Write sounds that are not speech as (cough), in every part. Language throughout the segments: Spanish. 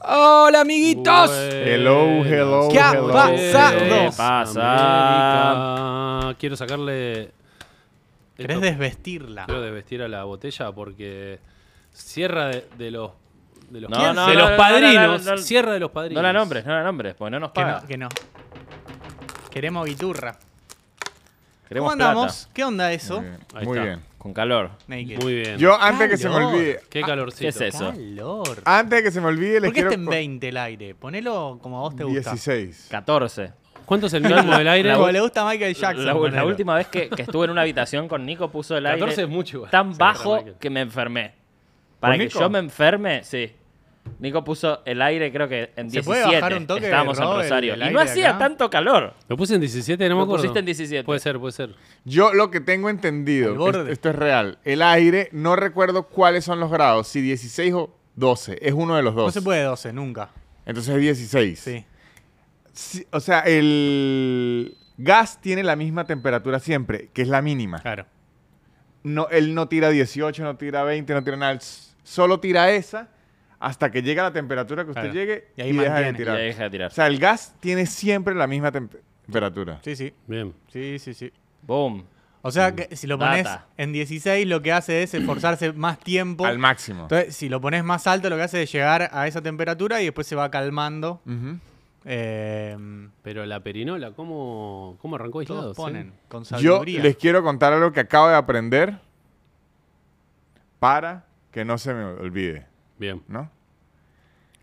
Hola, amiguitos. Hello, hello, ¿Qué ha hello. pasado? Eh, ¿Qué pasa? Quiero sacarle. ¿Querés esto- desvestirla? Quiero desvestir a la botella porque. Cierra de, de los. De los, No, ¿Quién? no, de no, los no, padrinos. no, no, no. Cierra de los padrinos. No la nombres, no la nombres, porque no nos Que pagan. no, que no. Queremos guiturra. ¿Cómo Queremos andamos? plata. ¿Qué onda eso? Ahí Muy está. bien. Con calor. Naked. Muy bien. Yo antes que se me Calor. olvide, Qué calorcito. Ah, ¿Qué es eso? Calor. antes que se me olvide les ¿Por qué quiero está en co- 20 el aire? Ponelo como a vos te gusta. 16. 14. ¿Cuánto es el mínimo del aire? Como le gusta a Michael La, Jackson. la ponelo. última vez que, que estuve en una habitación con Nico puso el aire 14 es mucho igual. tan Sí, bajo Michael. que me enfermé. Para ¿Con que Nico? yo me enferme, sí. Nico puso el aire creo que en ¿Se 17. puede bajar un toque, Estábamos en Rob, el- Rosario. el y no aire hacía acá? tanto calor. ¿Lo puse en 17? No me Lo acuerdo. pusiste en 17. Puede ser, puede ser. Yo lo que tengo entendido, Al que es- borde. esto es real, el aire, no recuerdo cuáles son los grados, si 16 o 12, es uno de los dos. No se puede 12, nunca. Entonces es 16. Sí. Sí, o sea, el gas tiene la misma temperatura siempre, que es la mínima. Claro. No, él no tira 18, no tira 20, no tira nada. él s- Solo tira esa hasta que llega la temperatura que usted Claro. llegue y, Y ahí deja de mantiene. tirar. Y ahí deja de tirar. O sea, el gas tiene siempre la misma temp- temperatura. Sí, sí. Bien. Sí, sí, sí. Boom. O sea, que si lo pones Data. en 16, lo que hace es esforzarse más tiempo. Al máximo. Entonces, si lo pones más alto, lo que hace es llegar a esa temperatura y después se va calmando. Ujú. Eh, Pero la perinola, ¿cómo, cómo arrancó aislado? todos ponen con Yo sabiduría. les quiero contar algo que acabo de aprender para que no se me olvide, Bien. ¿no?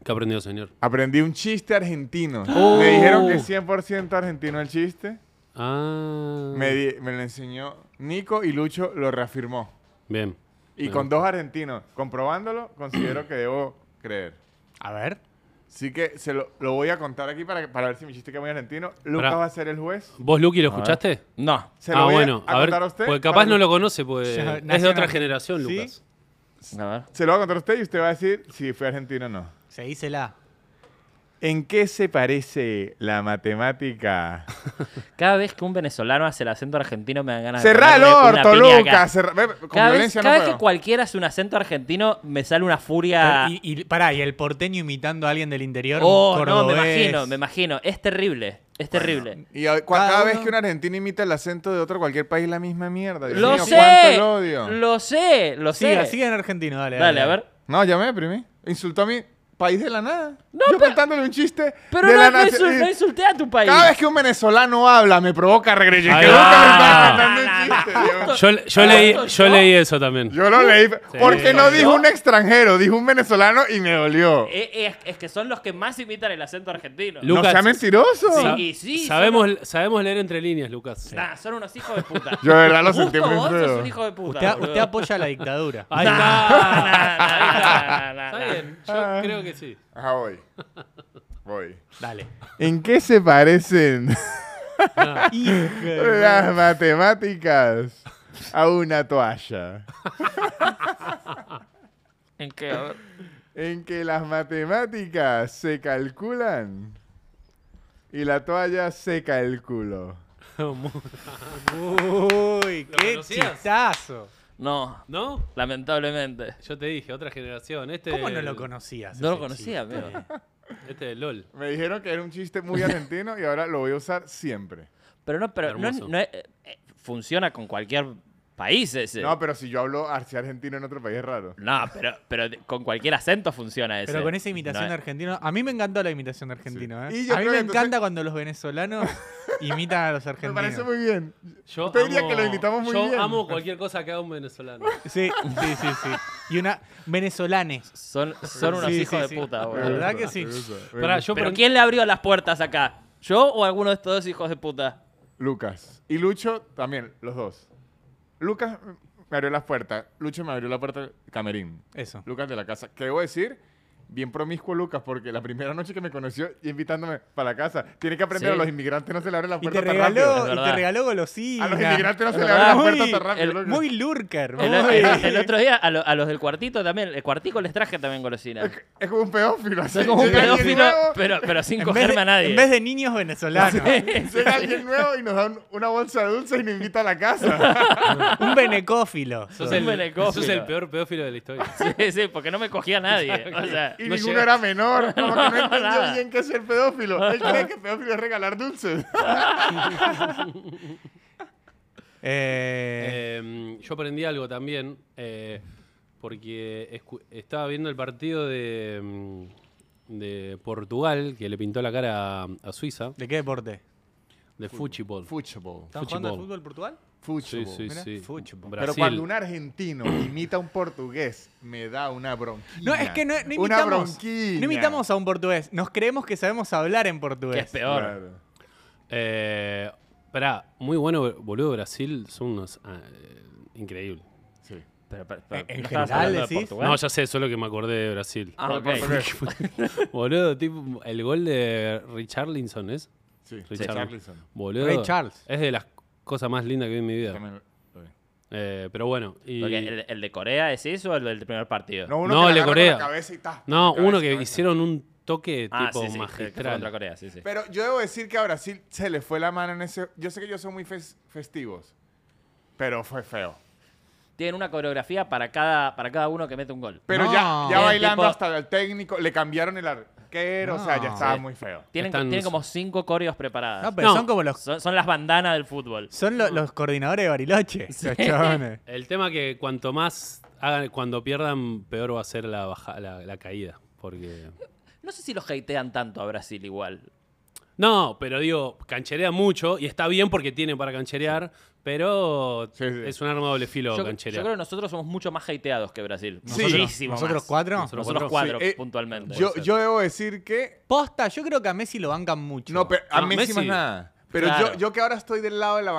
¿Qué aprendió, señor? Aprendí un chiste argentino. Oh. Me dijeron que es 100% argentino el chiste. Ah. Me, di- me lo enseñó Nico y Lucho lo reafirmó. Bien. Y Me con gusta. dos argentinos, comprobándolo, considero que debo creer. A ver. Así que se lo, lo voy a contar aquí para, que- para ver si mi chiste queda muy argentino. Lucas Pará. va a ser el juez. ¿Vos, Lucky, lo escuchaste? No. Se lo ah, voy a- bueno. a, A, ver. contar a usted. Porque para capaz que- no lo conoce, pues. Ya, Es de nació otra en- generación, ¿Sí? Lucas. A ver. Se lo voy a contar a usted y usted va a decir si fue argentino o no. Se dice la. ¿En qué se parece la matemática? Cada vez que un venezolano hace el acento argentino me dan ganas de Cerrá el ponerle una orto, piña acá. Lucas. cerrá- ve, Con Cada vez, violencia cada no vez puedo. que cualquiera hace un acento argentino me sale una furia. Y, y pará, y el porteño imitando a alguien del interior. Oh, un no, me cordobés. imagino, me imagino. Es terrible, es terrible. Y a- cua- Cada cada, vez uno- que un argentino imita el acento de otro cualquier país, la misma mierda. Dios lo mío, sé. ¿Cuánto lo odio? Lo sé, lo Siga, sé. siga en argentino, dale. Dale, a ver. No, ya me deprimí. Insultó a mi país de la nada. No, Yo pero- contándole un chiste. Pero de no, la no naci- insul- y- no insulté a tu país. Cada vez que un venezolano habla, me provoca regreso. Ahí Que va. nunca me estaba contando un chiste, Dios. Yo, yo leí, yo leí eso también. Ah, Yo lo leí. Porque no dijo un extranjero, dijo un venezolano y me dolió. Eh, eh, es, es que son los que más imitan el acento argentino. Lu- no Lucas, sea mentiroso. Sí, Sa- y sí, sabemos, sabemos leer entre líneas, Lucas. Nah, son unos hijos de puta. (laughs) Yo de verdad lo Justo sentí muy vos feo. sos un hijo de puta. Usted, boludo. usted apoya la (laughs) dictadura. Ahí Nah, nah, está. nah, nah, nah, Está nah. bien. Yo Ah. creo que sí. Ajá, voy. Voy. Dale. ¿En qué se parecen (laughs) (laughs) las matemáticas a una toalla? ¿En qué? A ver. En que las matemáticas se calculan y la toalla seca el culo. Uy, ¿Lo qué conocías? chistazo. No, ¿No? lamentablemente. Yo te dije, otra generación. Este ¿Cómo no el- lo conocías? No lo ese conocía, amigo. Este es LOL. Me dijeron que era un chiste muy argentino y ahora lo voy a usar siempre. Pero no, pero no, es- Hermoso. no es- eh, eh, funciona con cualquier país ese. No, pero si yo hablo archi argentino en otro país es raro. No, pero, pero de- con cualquier acento funciona chiste? ese. Pero con esa imitación No, eh. de argentino. A mí me encantó la imitación de argentino. Sí. ¿eh? Y yo a mí creo me que entonces- encanta cuando (laughs) los venezolanos imitan a los Me argentinos. parece muy bien. Yo Usted diría amo- que lo imitamos muy yo bien. amo cualquier cosa que haga un venezolano. Sí, sí, sí, sí. Y una venezolanes. (laughs) Son, son unos Sí, hijos sí, de sí. puta, La boludo. verdad que sí. Pará, yo Pero aprendí- ¿quién le abrió las puertas acá? ¿Yo o alguno de estos dos hijos de puta? Lucas. Y Lucho también, los dos. Lucas me abrió las puertas. Lucho me abrió la puerta del camerín. Eso. Lucas de la casa. Que debo decir, bien promiscuo Lucas, porque la primera noche que me conoció y invitándome para la casa, tiene que aprender Sí. a los inmigrantes no se le abren la Y puerta te tan rápido. regaló, y es te verdad. regaló golosinas. A los inmigrantes no se Es le abren la verdad. puerta Muy- tan rápido. el- Lucas. Muy lurker. El, muy- el- el otro día a, lo- a los del cuartito también, el cuartico les traje también golosinas. Es como un pedófilo. así. Soy como un Llega alguien pedófilo, nuevo, pero, pero sin en, vez cogerme de, a nadie. en vez de niños venezolanos. Llega alguien nuevo y nos dan una bolsa de dulces y nos invita a la casa. (laughs) Un venecófilo. Sos Soy el, un venecófilo. sos el peor pedófilo de la historia. (laughs) Sí, sí, porque no me cogía a nadie. O sea, Y No ninguno llega. era menor. Como que no entendió nada. bien qué es el pedófilo. Él cree que pedófilo es regalar dulces. Eh, Eh, yo aprendí algo también, eh, porque escu- estaba viendo el partido de, mm, de Portugal, que le pintó la cara a, a Suiza, ¿De qué deporte? de fútbol. Fútbol. ¿Están jugando al fútbol Portugal? Sí, sí, Mira, sí. fútbol. Pero Brasil. cuando un argentino (clears throat) imita a un portugués, me da una bronquina. No, es que no, no Una imitamos. bronquina. No imitamos a un portugués. Nos creemos que sabemos hablar en Que es portugués. peor. Claro. Eh, pará, muy bueno, boludo, Brasil, son unos... ah, eh, increíble. Sí. Pero, pero- pero- En ¿no estabas general, hablando de decís. Portugal? No, ya sé, solo que me acordé de Brasil. Ah, ok. Boludo, tipo, el gol de Richarlison es. Sí. Richarlison. Richarlison. Boludo. Ray Charles. Es de las cosas más lindas que vi en mi vida. También lo vi. Eh, pero bueno. Y... Porque el, el de Corea es eso o el del primer partido. No, uno No, que le le Corea. Corea. La cabeza y ta, No, con la uno cabeza, que cabeza. hicieron un toque ah, tipo sí, sí, el que fue magistral. contra Corea, sí, sí. Pero yo debo decir que a Brasil se le fue la mano en ese. Yo sé que ellos son muy fes- festivos, pero fue feo. Tienen una coreografía para cada, para cada uno que mete un gol. Pero ya, No. ya Eh, bailando tipo- hasta el técnico, le cambiaron el arquero, o sea, ya No. estaba Sí. muy feo. Tienen, Están- tienen como cinco coreos preparadas. No, pero No. son como los, son, son las bandanas del fútbol. son lo- los coordinadores de Bariloche. Los chabones. El tema que cuanto más hagan, cuando pierdan, peor va a ser la, baja, la, la caída. Porque. No sé si los hatean tanto a Brasil igual. No, pero digo, cancherea mucho y está bien porque tiene para cancherear, pero Sí, sí. es un arma de doble filo Yo, yo cancherear. creo que nosotros somos mucho más hateados que Brasil. Sí. Muchísimo Nosotros más. cuatro. Nosotros- Nosotros cuatro. cuatro, Sí, eh, puntualmente. Yo, yo debo decir que. Posta, yo creo que a Messi lo bancan mucho. No, pero a No, Messi más Messi. nada. Pero Claro. yo, yo que ahora estoy del lado de la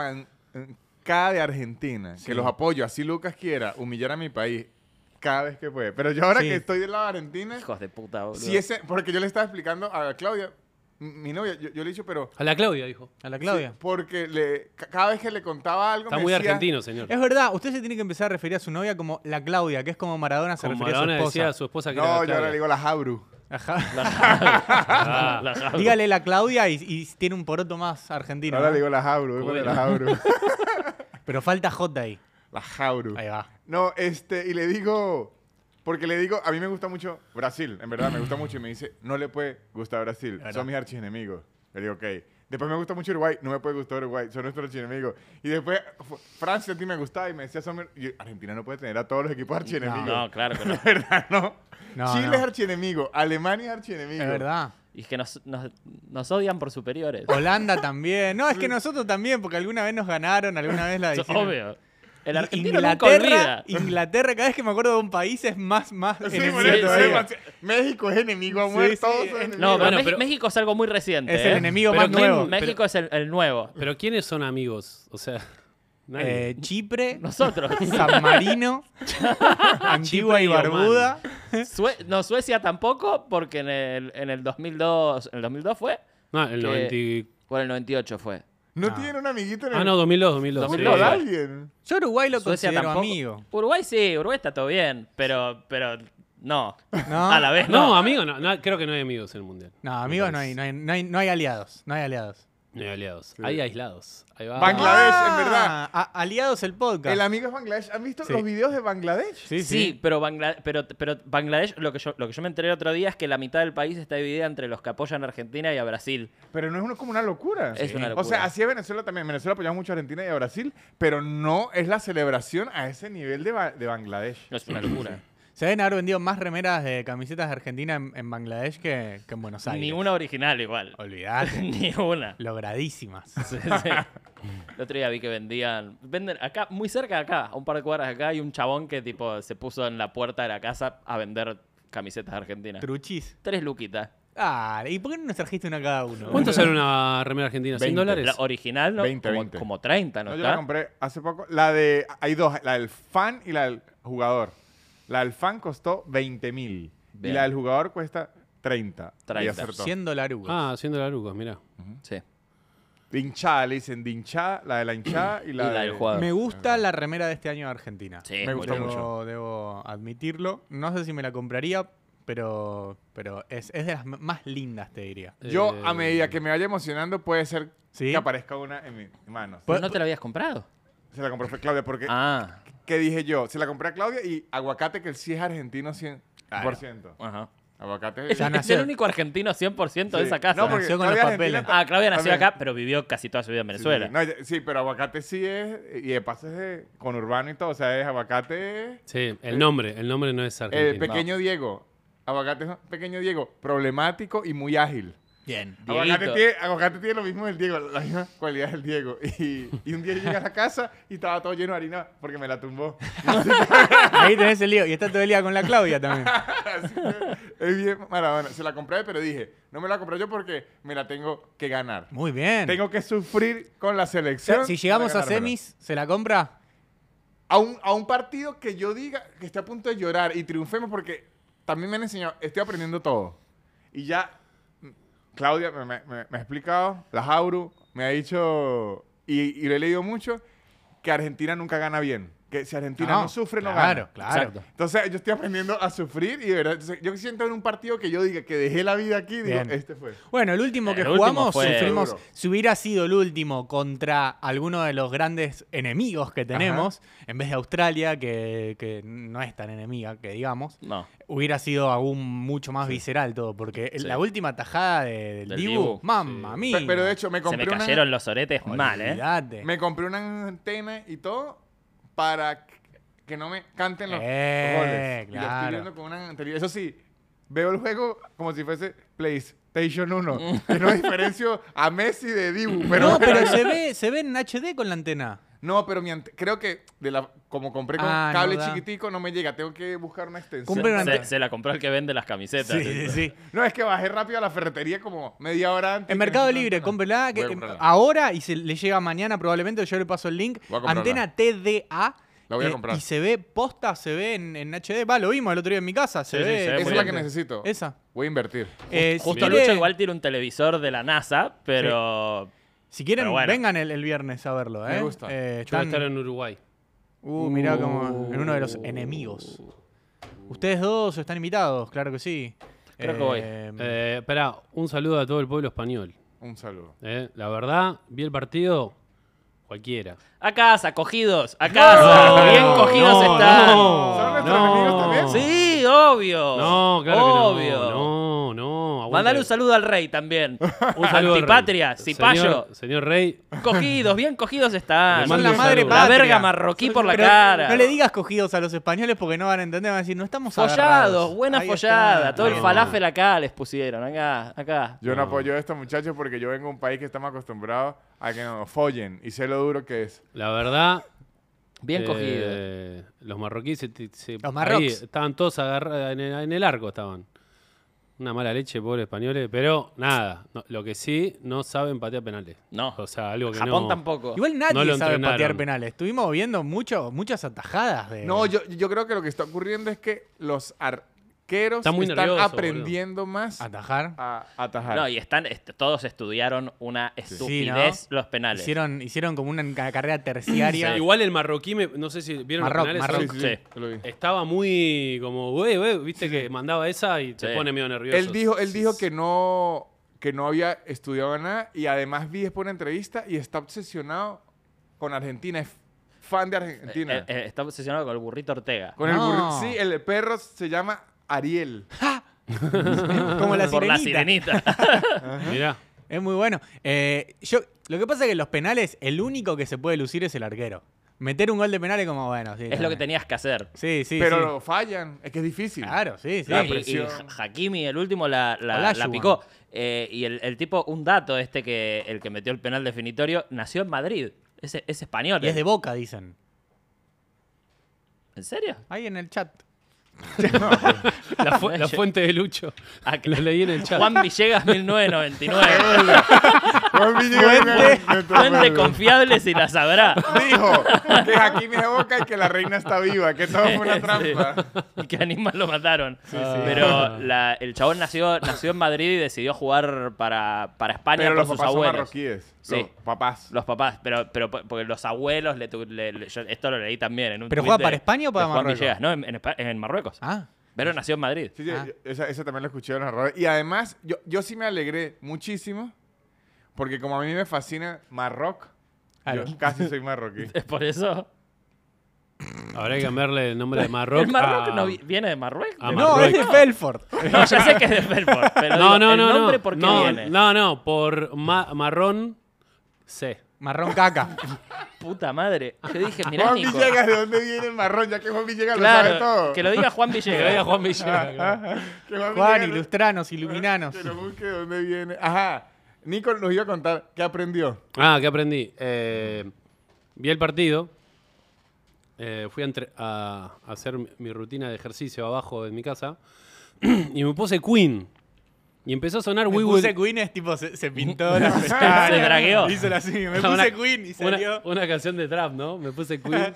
bancada de Argentina, que los apoyo, así Lucas quiera, humillar a mi país cada vez que puede. Pero yo ahora Sí. que estoy del lado de Argentina, Hijos de puta, boludo. si ese, porque yo le estaba explicando a Claudia, m- mi novia, yo, yo le he dicho, pero A la Claudia, dijo. A la Claudia. Sí, porque le, ca- cada vez que le contaba algo. Está me muy decía- argentino, señor. Es verdad, usted se tiene que empezar a referir a su novia como la Claudia, que es como Maradona se Como refería Maradona a su decía a esposa. su esposa que era No, la yo ahora Claudia. le digo la Jabru. Ajá. Ah, La Jabo. Dígale la Claudia y, y tiene un poroto más argentino. ahora ¿no? le digo la Jabru. voy con Bueno. la Jabru. Pero falta J ahí. (laughs) la Jabru. Ahí va. No, este, y le digo. Porque le digo, a mí me gusta mucho Brasil, en verdad me gusta mucho. Y me dice, no le puede gustar Brasil, Claro. son mis archienemigos. Le digo, ok. Después me gusta mucho Uruguay, no me puede gustar Uruguay, son nuestros archienemigos. Y después fu- Francia a ti me gustaba y me decía, son. mi- y Argentina no puede tener a todos los equipos archienemigos. (laughs) No, claro que no. ¿Verdad? No. No, Chile no. es archienemigo, Alemania es archienemigo. Es verdad. Y es que nos, nos, nos odian por superiores. Holanda también. No, (laughs) es que nosotros también, porque alguna vez nos ganaron, alguna (laughs) vez la Eso, hicieron. obvio. El Y argentino nunca Inglaterra, olvida. Inglaterra, cada vez que me acuerdo de un país es más, más. Sí, enemigo por eso, todavía. es demasiado- México es enemigo a Sí, muerte. sí, todos es- son enemigos. No, pero, Bueno, Mex- pero- México es algo muy reciente. Es el ¿eh? enemigo Pero más ¿quién- nuevo. México es el, el nuevo. Pero ¿quiénes son amigos? O sea, nadie. Eh, Chipre, Nosotros. (laughs) San Marino, Antigua Chipre y y Omán. Barbuda. Sue- no, Suecia tampoco, porque en el, en el 2002. ¿En el 2002 fue? no, el que- 90. ¿O en el 98 fue? ¿No No. tienen un amiguito en el Ah, no, 2002, 2002. ¿No sí. tienen a alguien? Yo a Uruguay lo Suecia considero tampoco. amigo. Uruguay sí, Uruguay está todo bien, pero, pero no. No. A la (coughs) vez no. No, amigos, no, no, creo que no hay amigos en el mundial. No, amigos no hay, no hay, no hay, no hay aliados. No hay aliados. No hay aliados. Hay aislados. Ahí va. Bangladesh. en Ah, verdad. a- aliados el podcast. El amigo es Bangladesh. ¿Han visto Sí. los videos de Bangladesh? Sí, sí. Sí, pero, Bangla- pero, pero Bangladesh, lo que, yo, lo que yo me enteré el otro día es que la mitad del país está dividida entre los que apoyan a Argentina y a Brasil. Pero no es uno- como una locura. Es O sea, una locura. así es Venezuela también. Venezuela apoyamos mucho a Argentina y a Brasil, pero no es la celebración a ese nivel de, Ba- de Bangladesh. No es una locura. Se deben haber vendido más remeras de camisetas de Argentina en, en Bangladesh que, que en Buenos Aires. Ni una original igual. Olvidate. (laughs) Ni una. Logradísimas. Sí, sí. El otro día vi que vendían. Venden acá, muy cerca de acá, a un par de cuadras de acá, hay un chabón que tipo se puso en la puerta de la casa a vender camisetas argentinas. Truchis. Tres luquitas. Ah, ¿y por qué no nos trajiste una cada uno? ¿Cuánto sale una remera argentina? ¿100 Veinte. dólares? La original, ¿no? 20, como, 20. como 30, ¿no? No, yo está? la compré hace poco. La de. Hay dos: la del fan y la del jugador. La del fan costó 20 mil. Y Bien. la del jugador cuesta 30. Y 30. acertó. 100 dolarugas. Ah, 100 dólares, mira. Sí. De hinchada, le dicen de hinchada, la de la hinchada y la, Y la de- del jugador. Me ah. gusta la remera de este año de Argentina. Sí, Me muy gustó bien. mucho. Debo, debo admitirlo. No sé si me la compraría, pero, pero es, es de las m- más lindas, te diría. Yo, a Eh, medida que me vaya emocionando, puede ser ¿Sí? que aparezca una en mis manos. Pero Pu- no te la habías comprado. Se la compró Claudia porque, Ah. ¿qué dije yo? Se la compré a Claudia y aguacate, que él sí es argentino 100%. Ajá. Aguacate. Es, Ya es nació. el único argentino 100% de Sí. esa casa. No, porque Nació con todavía los Argentina papeles. está- Ah, Claudia nació también. acá, pero vivió casi toda su vida en Venezuela. Sí, no, ya- sí, pero aguacate sí es, y de paso es de- con urbano y todo, o sea, es aguacate, Sí, el nombre, el nombre no es argentino. el pequeño Diego, aguacate es pequeño Diego, problemático y muy ágil. Bien. Aguacate Dieguito. tiene, aguacate tiene lo mismo del Diego, la misma cualidad del Diego. Y, y un día llega a la casa y estaba todo lleno de harina porque me la tumbó. (laughs) (laughs) Ahí tenés el lío. Y está todo el día con la Claudia también. Así que es bien Maradona. Se la compré, pero dije, no me la compré yo porque me la tengo que ganar. Muy bien. Tengo que sufrir con la selección. Ya, si llegamos para a ganármela. semis, ¿se la compra? a un, a un partido que yo diga que esté a punto de llorar y triunfemos porque también me han enseñado, estoy aprendiendo todo. Y ya mm, Claudia me, me- me- me ha explicado, la Jauru me ha dicho, y, y lo he leído mucho, que Argentina nunca gana bien. Que si Argentina no, sufre, no Ah, Claro, gana. claro. Exacto. Entonces yo estoy aprendiendo a sufrir y de verdad, entonces, yo siento en un partido que yo diga que dejé la vida aquí, digo, Bien. este fue. Bueno, el último que El último jugamos, fue- sufrimos- Seguro. si hubiera sido el último contra alguno de los grandes enemigos que tenemos, en vez de Australia, que, que no es tan enemiga, que digamos, No. hubiera sido aún mucho más visceral todo, porque Sí. la última tajada de- del Del Dibu, Dibu, mamma sí. mía. Pe- Pero de hecho me Se me compré una- cayeron los oretes mal, ¿eh? Olvídate. Me compré una antena y todo para que- que no me canten los Eh, goles. Y lo estoy claro. viendo con una anterioridad. Eso sí, veo el juego como si fuese PlayStation 1. que no diferencio a Messi de Dibu. (laughs) Pero No, pero se ve, se ve en HD con la antena. No, pero mi ante- creo que de la como compré con Ah, no cable da. chiquitico no me llega. Tengo que buscar una extensión. Compré una- Se, se la compró el que vende las camisetas. Sí, sí, sí. No, es que bajé rápido a la ferretería como media hora antes. En que me Mercado entró la Libre, antena. cómprela que- Voy a comprarla. ahora y se le llega mañana probablemente, yo le paso el link. Voy a comprarla. Antena TDA. La voy a eh, comprar. y se ve posta, se ve en, en HD. Va, lo vimos el otro día en mi casa. Se Sí, sí, ve. se ve Esa muy es la que bien. necesito. Esa. Voy a invertir. Eh, si Justo quiere- Lucho igual tiene un televisor de la NASA, pero... Si quieren, Pero bueno. vengan el, el viernes a verlo, ¿eh? Me gusta. Eh, Yo voy a están- estar en Uruguay. Uh, mirá como en uno de los enemigos. Ustedes dos están invitados, claro que sí. Em, Creo que voy. Mm. Eh, espera, un saludo a todo el pueblo español. Un saludo. eh. La verdad, vi el partido cualquiera. A casa, cogidos, a casa. Bien cogidos no, están. no, ¿Son nuestros enemigos también? Sí, obvio. No, claro que no, obvio. No, no. aguante. Mándale un saludo al rey también. Un saludo al rey. Antipatria, cipayo. Señor, señor Rey, Cogidos, bien cogidos están. Le Son mando la un madre saludo. La patria. verga marroquí por la cara. No le digas cogidos a los españoles porque no van a entender, van a decir, no estamos Follados, agarrados". buena Ahí está. follada. Todo el No. falafel acá les pusieron. Acá, acá. Yo no, apoyo a estos muchachos porque yo vengo a un país que estamos acostumbrados a que nos follen y sé lo duro que es. la verdad. Bien cogidos. eh, Los marroquíes se, se- Los marrocs. ahí estaban todos agarrados en el, en el arco, estaban. Una mala leche, pobres españoles. Pero nada, no, lo que sí, no saben patear penales. No. O sea, algo que Japón no- tampoco. Igual No nadie lo sabe patear entrenaron. penales. Estuvimos viendo mucho, muchas atajadas de. No, yo, yo creo que lo que está ocurriendo es que los arqueros Está muy están nervioso, aprendiendo más Atajar. a atajar. No, y están, est- todos estudiaron una Sí, ¿no? estupidez los penales. Hicieron, hicieron como una ca- carrera terciaria. Sí, Igual el marroquí, me- no sé si vieron los Marroc, penales, marroc. Sí, sí, sí, Sí. yo lo vi. Estaba muy como, güey, güey, viste que mandaba esa y se Sí. pone medio nervioso. Él dijo, él Sí, dijo sí. que no que no había estudiado nada y además vi después una entrevista y está obsesionado con Argentina, es fan de Argentina. Eh, eh, está obsesionado con el burrito Ortega. con el No. burro- Sí, el perro se llama Ariel. como la Por la sirenita. sirenita. (laughs) Mirá, Es muy bueno. Eh, yo, lo que pasa es que en los penales, el único que se puede lucir es el arquero. Meter un gol de penales como, bueno, sí. es lo que tenías que hacer. Sí, sí. pero sí. lo fallan, es que es difícil. Claro, sí, sí. La Y- y, presión. Ha- Hakimi, el último, la, la- Olajuwon. la picó. Eh, y el, el tipo, un dato este que el que metió el penal definitorio, nació en Madrid. Es, es español. eh. Y es de boca, dicen. ¿En serio? Ahí en el chat. la, (laughs) fu- la fuente de Lucho. Ah, que- Lo leí en el chat. Juan Villegas, 1999. Juan Villegas Fuente confiable si la sabrá. dijo que aquí me boca y que la reina está viva, que todo (laughs) fue una trampa. Y que animal lo mataron. Ah. Pero la- el chabón nació, nació en Madrid y decidió jugar para, para España Pero por los sus papás son abuelos. marroquíes. Sí. Los papás. Los papás, pero, pero po- porque los abuelos, le tu- le- le- yo esto lo leí también en un ¿Pero tuit juega de- para España o de para Juan Marruecos? Villegas, no, en, en Espa- en Marruecos. Ah. Pero nació en Madrid. Sí, sí, Ah. yo- esa, esa también la escuché en los errores. Y además, yo, yo sí me alegré muchísimo, porque como a mí me fascina Marroc, Claro. (laughs) yo casi soy marroquí. Es por eso. Habrá que cambiarle el (laughs) nombre de Marroc. El Marroc a- no vi- viene de Marruecos. a de- No, es de Marruecos. Felford. No, ya sé que es de (laughs) Belfort, pero Ah, No, digo, no, el no. nombre no, por qué no, viene. no, no, por ma- marrón C. Marrón caca. Puta madre. Yo (laughs) dije, mirá, Juan Nico. Villegas, ¿de dónde viene el marrón? Ya que Juan Villegas lo sabe Claro, todo. que lo diga (laughs) (laughs) Juan Que lo diga Villegas. Juan (laughs) Villegas, claro. Que Juan Juan, Villegas- ilustranos, iluminanos. Que lo busque de dónde viene. Ajá. Nico nos iba a contar qué aprendió. Ah, ¿qué aprendí? Eh, vi el partido. eh, fui a, entre- a- a hacer mi- mi rutina de ejercicio abajo de mi casa. (clears throat) y me puse Queen. Y empezó a sonar Me We puse Will- Queen, es tipo, se, se pintó la Se (laughs) dragueó. Hizo la así, me puse Una- Queen y una, salió. una canción de trap, ¿no? Me puse Queen.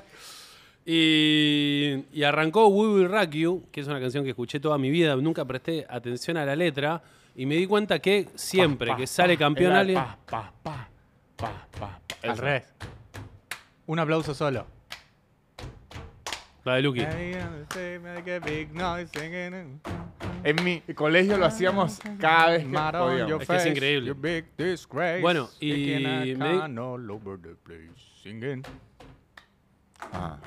y, y arrancó We Will Rock You, que es una canción que escuché toda mi vida, nunca presté atención a la letra. Y me di cuenta que siempre que sale campeón Era alguien. pa, pa, pa, pa, pa, pa. Al revés. Un aplauso solo. La de Eh, Lucky. En mi colegio lo hacíamos cada vez que Mad on podíamos. your Es que es face, increíble. you big disgrace, Bueno, y taking a me- can all over the place, singing. Ajá.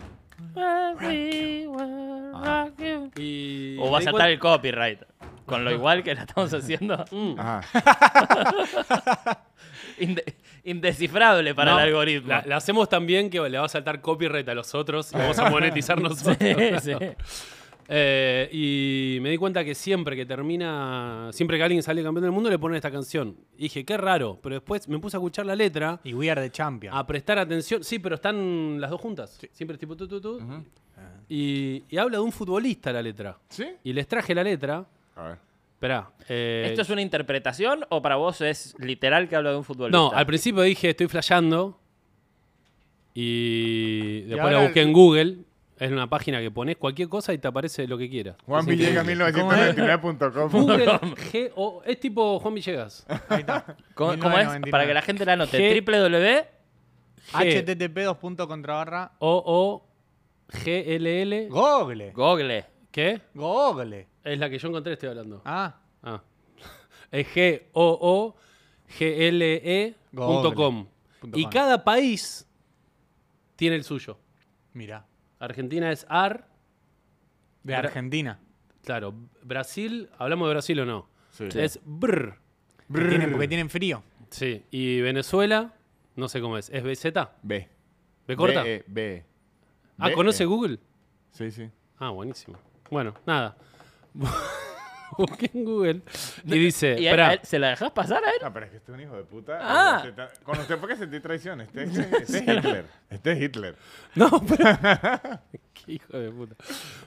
Y O va me a di saltar el copyright. Con lo igual que la (laughs) estamos haciendo. Ajá. Inde- indescifrable para No, el algoritmo. La, la hacemos tan bien que le va a saltar copyright a los otros y vamos a monetizar nosotros. (laughs) Sí, sí. Eh, y me di cuenta que siempre que termina, siempre que alguien sale campeón del mundo, le ponen esta canción. Y dije, qué raro, pero después me puse a escuchar la letra, Y We Are the Champions. a prestar atención. Sí, pero están las dos juntas. Siempre es tipo tu, tu, tu. y, y habla de un futbolista la letra. ¿Sí? Y les traje la letra. A ver. Esperá. eh, ¿Esto es una interpretación o para vos es literal que habla de un futbolista? No, al principio dije estoy flasheando. Y después ahora la busqué el- en Google. Es una página que pones cualquier cosa y te aparece lo que (laughs) quieras. Juan Es Villegas increíble. 1999.com. Google G O- es tipo Juan Villegas. Ahí (laughs) está. ¿Cómo, cómo es? 1999. Para que la gente la anote. G- www. G http dos punto contra barra O O G L L Google. Eh, Google. ¿Qué? Google. Es la que yo encontré, estoy hablando. Ah, Ah. Es G O O G L E punto com. Punto Y com. cada país tiene el suyo. mira. Argentina es AR, De Ahora- Argentina. claro. Brasil, hablamos de Brasil o no? Sí. Es BR. Que tienen- porque tienen frío. Sí, y Venezuela, no sé cómo es, es BZ. B. ¿B corta? B. E, B. ah, B, eh. ¿conoce E. Google? Sí, sí. Ah, buenísimo. Bueno, nada. (laughs) Busqué en Google y dice, ¿Y a- esperá, a él- ¿Se la dejás pasar a él? No, pero es que este es un hijo de puta. Ah. Se ta- Con usted porque sentí traición. Este, es- este es Hitler. Este es Hitler. (laughs) No, pero... (laughs) Qué hijo de puta.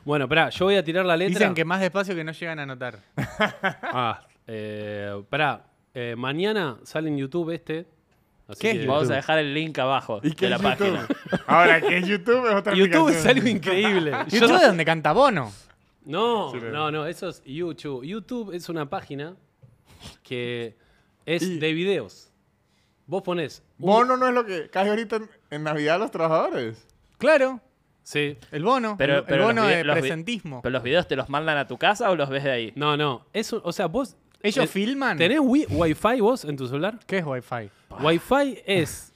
Bueno, espera, yo voy a tirar la letra. Dicen que más despacio que no llegan a notar. Ah, eh, pará, eh, mañana sale en YouTube este. así ¿Qué es que- YouTube? Vamos a dejar el link abajo ¿Y qué de la es YouTube? página. Ahora, ¿qué es YouTube? Es otra YouTube es aplicación. algo (laughs) increíble. ¿Y Yo- tú de donde canta Bono? No, no, no, eso es YouTube. YouTube es una página (laughs) que es de videos. Vos ponés. un- Bono no es lo que cae ahorita en, en Navidad a los trabajadores. Claro, Sí. el Bono. Pero, el, pero los Bono vide- de los vi- presentismo. ¿Pero los videos te los mandan a tu casa o los ves de ahí? No, no. Eso, o sea, vos. ¿Ellos eh, filman? ¿Tenés wi Wi-Fi vos en tu celular? ¿Qué es Wi-Fi? Wi-Fi es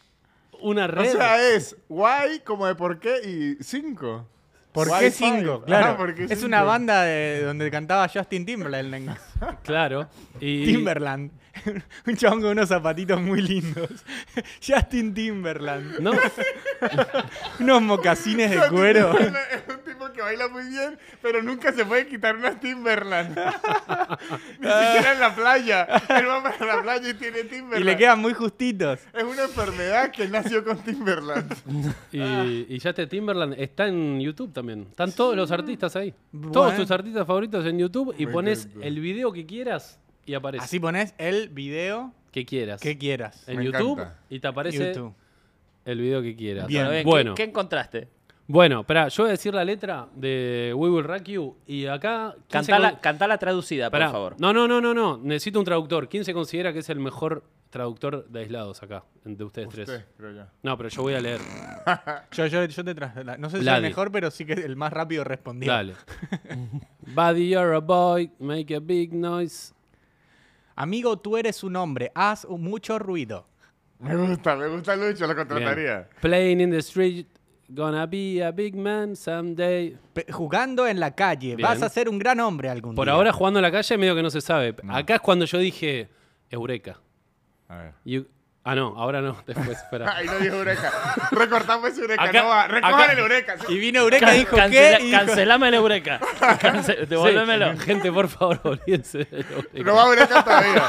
una O red. sea, es guay como de por qué y cinco. ¿Por Wi-Fi. qué 5? Ajá, Claro. ¿por qué es cinco? una banda de, donde cantaba Justin Timberland. Claro. Y, Timberland. (laughs) Un chabón con unos zapatitos muy lindos. (laughs) Justin (laughs) Timberland. No, Unos mocasines de cuero. (laughs) Es un tipo que baila muy bien, pero nunca se puede quitar unas Timberland. (laughs) Ni siquiera en la playa. Él va para la playa y tiene Timberland. Ah. Y le quedan muy justitos. Es una enfermedad que él nació con Timberland. (laughs) y, y ya este Timberland está en YouTube también. Están todos los artistas ahí. Todos Bueno. tus artistas favoritos en YouTube y Me pones encanta. el video que quieras y aparece. Así pones el video Que quieras. que quieras. en Me YouTube encanta. y te aparece YouTube. el video que quieras. Bien. Bueno, ¿qué- Bueno, ¿Qué encontraste? bueno, espera, yo voy a decir la letra de We Will Rock You y acá. ¿quién se Cantala, con- cantala traducida, Pará, por favor. No, no, no, no, no. Necesito un traductor. ¿Quién se considera que es el mejor traductor de aislados acá, de ustedes tres? Usted, creo yo. No, pero yo voy a leer. Yo, yo, yo te traslado. No sé si Lali. el mejor, pero sí que el más rápido respondido. Dale. Buddy, you're a boy, make a big noise. Amigo, tú eres un hombre. Haz mucho ruido. Me gusta, me gusta Lucho, lo contrataría. Bien. Playing in the street, Gonna be a big man someday. Pe- Jugando en la calle. Bien. Vas a ser un gran hombre algún Por día. ahora jugando en la calle medio que no se sabe. Acá es cuando yo dije, Eureka. A ver. You- Ah, no, ahora no, (laughs) después, espera. Ahí no dijo Eureka. Recortamos ese Eureka. Acá- no va. Recojan acá- el Eureka. Y vino Eureka y dijo, ¿qué? Cancela- Y dijo, Cancelame el Eureka. Cance- devuélvemelo. Sí, (laughs) Gente, por favor, olvídense de Eureka. No va Eureka todavía.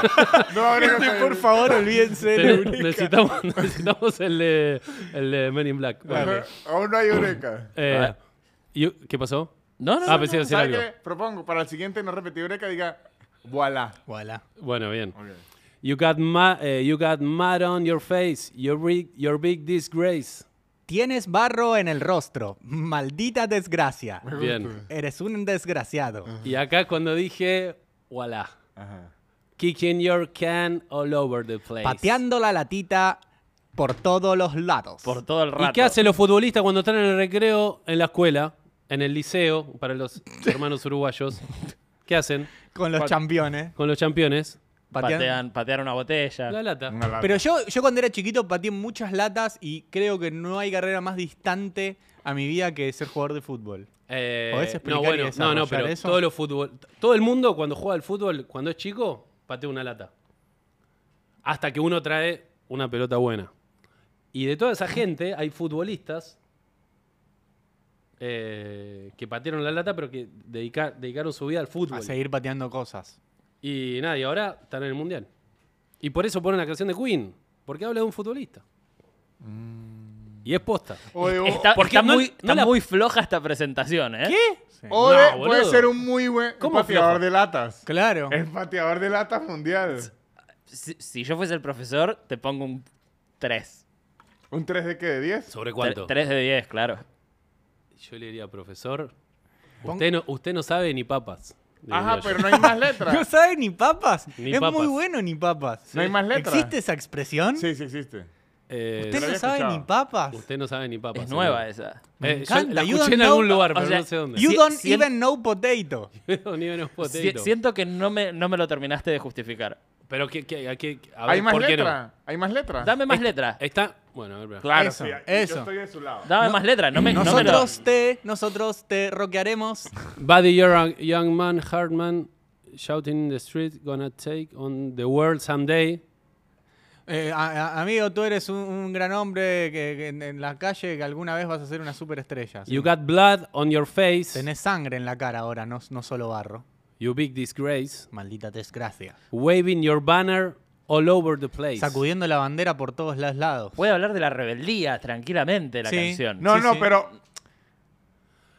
No va Eureka "Gente, todavía. (laughs) por favor, olvídense de Tenemos- Eureka". necesitamos, (laughs) necesitamos el de, el de Men in Black. Bueno, Ajá. ok. Aún no hay Eureka. Eh, A ver. you- ¿Qué pasó? No, no, Ah, no, pensé no. que- Hacer ¿Sabes algo. qué? Propongo para el siguiente no repetir Eureka. Diga, voilà. Voilà. Bueno, bien. Ok. You got, ma- eh, you got mud on your face, your, ri- your big disgrace. Tienes barro en el rostro. Maldita desgracia. Bien. Eres un desgraciado. Ah. Y acá cuando dije, voilà, Ajá. kicking your can all over the place. Pateando la latita por todos los lados. Por todo el rato. ¿Y qué hacen los futbolistas cuando están en el recreo, en la escuela, en el liceo, para (laughs) los hermanos uruguayos? ¿Qué hacen Con los championes. con los campeones? Patean- Patean, patear una botella. La lata. Una lata. Pero yo, yo cuando era chiquito pateé muchas latas y creo que no hay carrera más distante a mi vida que ser jugador de fútbol. Eh, ¿Podés explicar no, y bueno, no, no, desarrollar pero eso? todos los fútbol, todo el mundo cuando juega al fútbol, cuando es chico, patea una lata. Hasta que uno trae una pelota buena. Y de toda esa gente hay futbolistas eh, que patearon la lata, pero que dedica- dedicaron su vida al fútbol. A seguir pateando cosas. Y nada, y ahora están en el Mundial. Y por eso ponen la canción de Queen, porque habla de un futbolista. Mm. Y es posta. Oye, o- Está, Porque está no- muy, no está la- muy floja esta presentación, ¿eh? Sí. o No, de- boludo. puede ser un muy buen ¿Cómo pateador flojo? de latas. Claro. Es pateador de latas mundial. Si, si yo fuese el profesor, te pongo un 3. ¿Un 3 de qué? ¿De 10? ¿Sobre cuánto? 3 de 10, claro. Yo le diría, profesor, Pon- usted no, usted no sabe ni papas. le Ajá, diría (laughs) yo. pero no hay más (laughs) No letras. sabe ni papas. Ni es papas. muy bueno ni papas. No hay más letras. ¿Existe esa expresión? Sí, sí existe. Eh, Usted no había sabe escuchado. ni papas. usted no sabe ni papas. Es nueva señor. esa. Me Eh, yo encanta. la You escuché en don't algún know- lugar, o pero sea, no sé dónde. You Si- don't si el- even know potato. (laughs) Ni menos Si- potato. siento que no me, no me lo terminaste de justificar. Pero que, que, a qué- a ver, ¿Hay más ¿por qué no? letras? ¿Hay más letras? Dame más letras. Está. Bueno, a ver, espera. Claro, Eso, sí, eso. Yo estoy de su lado. Dame más letras. No me, no me lo- Nosotros te, nosotros te roquearemos. Buddy, you're a young man, hard man, shouting in the street, gonna take on the world someday. Eh, a- a- amigo, tú eres un, un gran hombre que, que en, en la calle que alguna vez vas a ser una superestrella. sí. You got blood on your face. Tenés sangre en la cara ahora, no, no solo barro. You big disgrace. Maldita desgracia. Waving your banner all over the place. Sacudiendo la bandera por todos los lados. Puede hablar de la rebeldía tranquilamente la Sí. canción. No, Sí, no, sí. pero.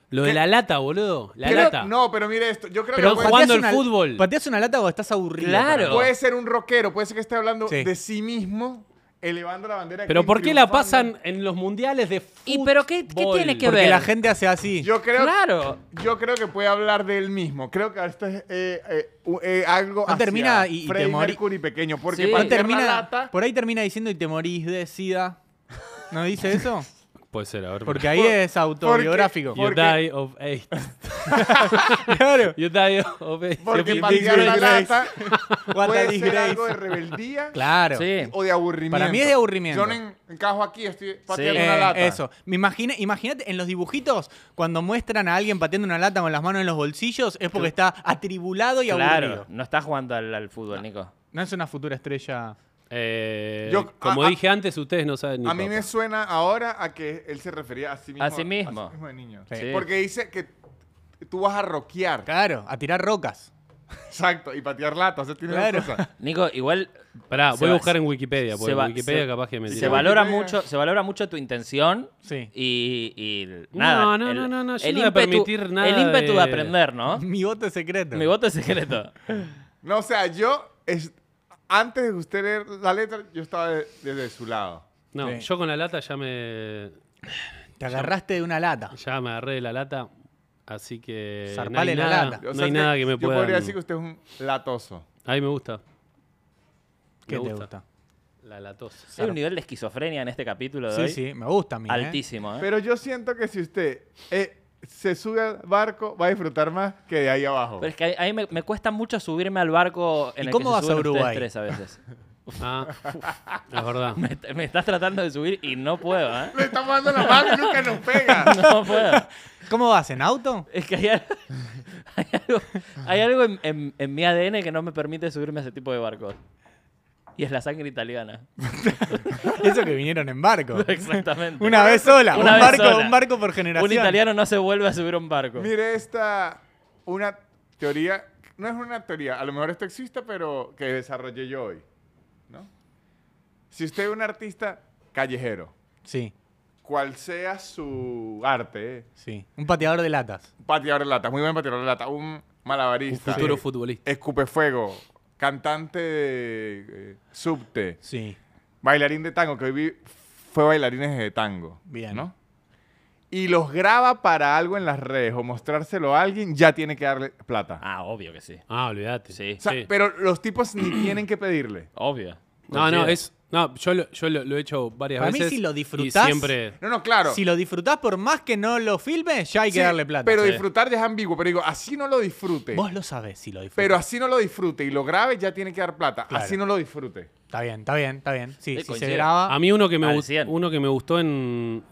Lo de la lata, boludo. La creo- lata. No, pero mire esto. Yo creo Pero que Juan- puede, jugando Pateás al una- fútbol. Pateás una lata o estás aburrido. Claro. pero- puede ser un rockero, puede ser que esté hablando Sí. de sí mismo, elevando la bandera. Pero aquí, ¿por qué la triunfando. pasan en los mundiales de fútbol? ¿Y pero qué- qué tiene que Porque ver? la gente hace así. Yo creo, Claro. yo creo que puede hablar de él mismo. Creo que esto es eh, eh, u- eh, algo. No hacia termina y- y te Freddie morí. Mercury pequeño. Porque Sí. para No patear termina- la lata. por ahí termina diciendo y te morís de sida. ¿No dice (laughs) eso? Puede ser, a ver. Porque ahí es autobiográfico. porque- You die of AIDS. (laughs) Claro. You die of AIDS. (laughs) Porque Big patear Big la Grace. (laughs) lata What a puede ser disgrace. algo de rebeldía Claro. Sí. o de aburrimiento. Para mí es de aburrimiento. Yo no en- encajo aquí, estoy pateando Sí. una Eh, lata. Eso. Me imaginé- Imagínate en los dibujitos, cuando muestran a alguien pateando una lata con las manos en los bolsillos, es porque está atribulado y Claro. aburrido. No estás jugando al, al fútbol, Nico. No es una futura estrella. Eh, Yo- como a- a- dije antes, ustedes no saben ni A mí papa. me suena ahora a que él se refería a sí mismo. A sí mismo. A sí mismo de niño. Sí. Porque dice que tú vas a roquear. Claro, a tirar rocas. Exacto. Y patear latas. O sea, tiene Claro. dos cosas. Nico, igual Pará, Se voy a va- buscar en Wikipedia, porque se va- Wikipedia se- capaz que me se tira. valora Wikipedia. mucho, se valora mucho tu intención Sí. y, y No, nada. no, el- no, no, no, yo el no voy a ímpetu- permitir nada El ímpetu de de- aprender, ¿no? Mi voto es secreto. Mi voto es secreto. No, o sea, yo... es- antes de usted leer la letra, yo estaba de- desde su lado. No, Sí. yo con la lata ya me, Te agarraste de una lata. ya me agarré de la lata, así que Zarpale no la hay nada, lata. O no sea, hay nada que me Yo pueda. podría decir que usted es un latoso. A mí me gusta. ¿Qué Me te gusta. gusta? La latosa. Hay un nivel de esquizofrenia en este capítulo de Sí, hoy. sí, me gusta a mí. ¿eh? Altísimo, ¿eh? Pero yo siento que si usted eh, se sube al barco, va a disfrutar más que de ahí abajo. Pero es que a, a mí me, me cuesta mucho subirme al barco en ¿Y el cómo que vas se a suben ustedes Uruguay? tres a veces. (laughs) Ah, es (laughs) verdad. Me, est- me estás tratando de subir y no puedo, (laughs) ¿eh? Le estamos dando la mano y nunca (laughs) nos pega. No puedo. ¿Cómo vas? ¿En (laughs) auto? Es que hay, al- hay algo, hay algo en, en- en mi ADN que no me permite subirme a ese tipo de barcos. Y es la sangre italiana. (laughs) Eso que vinieron en barco. Exactamente. Una vez sola. un, Una vez barco, sola. un barco por Un generación. italiano no se vuelve a subir a un barco. Mire esta, una teoría, no es una teoría, a lo mejor esto existe, pero que desarrollé yo hoy. ¿no? Si usted es un artista callejero, Sí, cual sea su arte, eh, sí. Un pateador de latas. pateador de latas, muy buen pateador de latas, un malabarista, Futuro eh, futbolista. escupefuego, cantante de eh, subte, Sí. bailarín de tango, que hoy vi fue bailarines de tango. Bien. ¿no? Y los graba para algo en las redes o mostrárselo a alguien, ya tiene que darle plata. Ah, obvio que sí. Ah, olvídate. Sí. O sea, Pero los tipos ni (clears throat) tienen que pedirle. Obvio. No, no, Cualquiera. es. No, yo lo, yo lo, lo he hecho varias Para mí, veces. si lo y disfrutás, siempre. No, no, claro. Si lo disfrutás, por más que no lo filmes, ya hay que Sí, darle plata. Pero Sí. disfrutar ya es ambiguo. Pero digo, así no lo disfrute. Vos lo sabés si lo disfrutás. Pero así no lo disfrute y lo grabe, ya tiene que dar plata. Claro. Así no lo disfrute. Está bien, está bien, está bien. Sí, Sí, si se coincido. graba. A mí uno que me, Al gust- 100. uno que me gustó en,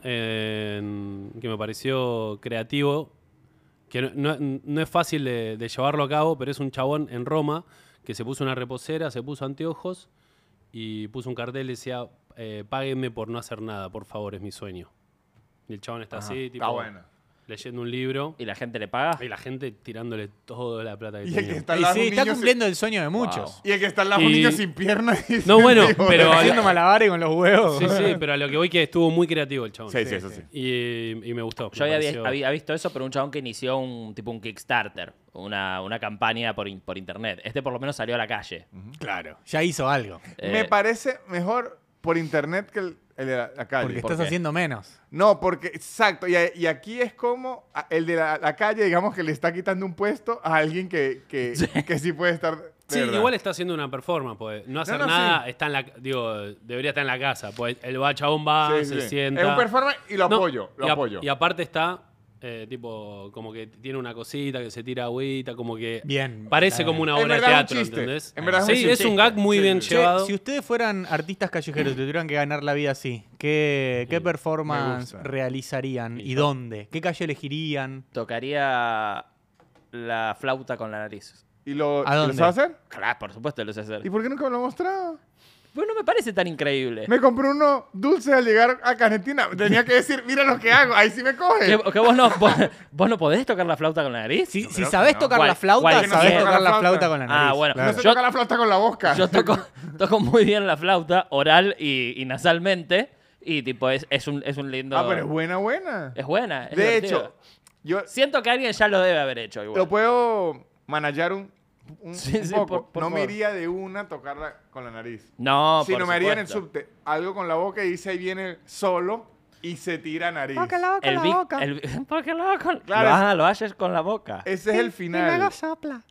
en- que me pareció creativo, que no, no- no es fácil de, de llevarlo a cabo, pero es un chabón en Roma que se puso una reposera, se puso anteojos y puso un cartel que decía, eh, páguenme por no hacer nada, por favor, es mi sueño. Y el chabón está así, tipo, Está bueno. leyendo un libro ¿Y la gente le paga? y la gente tirándole toda la plata que (laughs) Y el tenía. que está al Y lado sí, es un está niño cumpliendo el sueño de muchos. sin... Y el que está al lado es un Y- niño sin piernas. y No, sin bueno, hijos. pero- Haciendo malabares con los huevos. Sí, (laughs) sí, pero a lo que voy que estuvo muy creativo el chabón. Sí, sí, eso sí. Y, y me gustó. Yo me había, pareció- había visto eso, pero un chabón que inició un tipo un Kickstarter, una, una campaña por, in- por internet. Este por lo menos salió a la calle. Claro. (laughs) Ya hizo algo. Eh, Me parece mejor por internet que el, el de la, la calle. Porque ¿por estás qué? haciendo menos. No, porque, exacto. Y, a- y aquí es como a- el de la, la calle, digamos, que le está quitando un puesto a alguien que, que, que sí puede estar. de Sí, verdad. igual está haciendo una performance, pues. No hacer no, nada, está en la, digo, debería estar en la casa, pues. El va, chabón va, Sí, se sí. sienta. Es un performance y lo No, apoyo, lo y a- apoyo. Y aparte está, eh, tipo, como que tiene una cosita que se tira agüita, como que. Bien. Parece Está como bien. una En obra de verdad es un teatro, chiste. ¿entendés? En verdad es sí, un es chiste. un gag muy Sí, bien sí. Che, llevado. si ustedes fueran artistas callejeros y tuvieran que ganar la vida así, ¿qué, qué performance gusta. realizarían Y y yo- dónde? ¿Qué calle elegirían? Tocaría la flauta con la nariz. ¿Y lo, ¿A ¿y lo dónde? sabe hacer? Claro, por supuesto lo sé hacer. ¿Y por qué nunca me lo ha mostrado? Pues no me parece tan increíble. Me compré uno dulce al llegar a Argentina. Tenía que decir, mira lo que hago, ahí sí me coge. Que, que vos, no, vos, vos no podés tocar la flauta con la nariz? Si, si creo que sabés no. tocar ¿Cuál- la flauta, cuál? sabés Sí. tocar la Tocar la flauta flauta. con la nariz. Ah, bueno. No Claro. se Yo- toca la flauta con la boca. Yo toco, toco muy bien la flauta, oral y, y nasalmente. Y tipo, es, es un, es un lindo. Ah, pero es buena, buena. Es buena. es De divertido. hecho, yo Siento que alguien ya lo debe haber hecho igual. lo puedo manajar un, un, Sí, un sí, poco. por- por no me favor. iría de una a tocarla con la nariz. No, sino por me haría en el supuesto. subte algo con la boca y dice ahí viene solo y se tira nariz. El Big- (laughs) el- porque lo hago con- Claro, lo es- Eh. ha- lo haces con la boca. Ese es el final.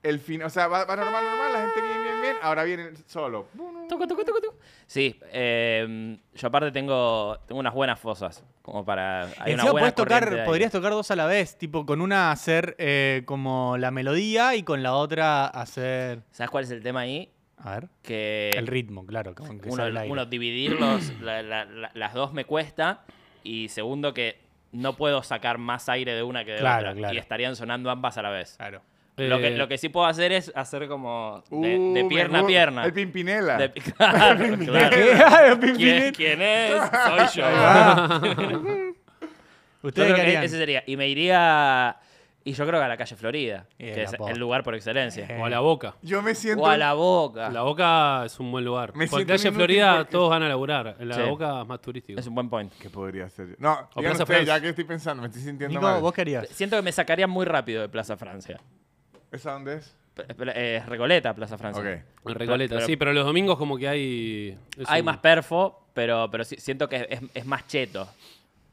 El fin, o sea, va, va normal, normal, la gente bien, bien, bien. Ahora viene el solo. Tucu, tucu, tucu, tucu. Sí, eh, yo aparte tengo, tengo unas buenas fosas. Como para. Hay una Encima buena podés tocar, corriente de aire. podrías tocar dos a la vez, tipo con una hacer eh, como la melodía y con la otra hacer... ¿Sabes cuál es el tema ahí? A ver. Que. El ritmo, claro. que- que sea Eh, uno, el aire. uno, dividirlos, (coughs) la- la- la- las dos me cuesta. Y segundo, que no puedo sacar más aire de una que de Claro, otra. claro. Ah, Y estarían sonando ambas a la vez. Claro. Lo, que, Eh, lo que sí puedo hacer es hacer como de, Uh, de me pierna a gu- pierna. El Pimpinela. (laughs) De- (laughs) claro, (laughs) claro. Ah, ¿Quién, ¿Qué? quién es? Soy (laughs) yo. Ah. Yo Ah. (laughs) ¿Ustedes creo qué que harían? ese sería. Y me iría. Y yo creo que a la calle Florida, Eh, que la es posta. el lugar por excelencia. Eh, O a la boca. Yo me siento. O a la boca. La boca es un buen lugar. Ah. Me Porque siento calle inútil Florida porque- todos van a laburar. En la Sí. boca es más turístico. Es un buen point. ¿Qué podría hacer yo? No, O digan Plaza ustedes, Francia. ya que estoy pensando, me estoy sintiendo Nico, mal. ¿vos qué harías? Siento que me sacaría muy rápido de Plaza Francia. ¿Esa dónde es? P- pl- eh, Recoleta, Plaza Francia. Ok. En Recoleta, Pero- sí, pero los domingos como que hay... es Hay un- más perfo, pero, pero sí- siento que es, es más cheto.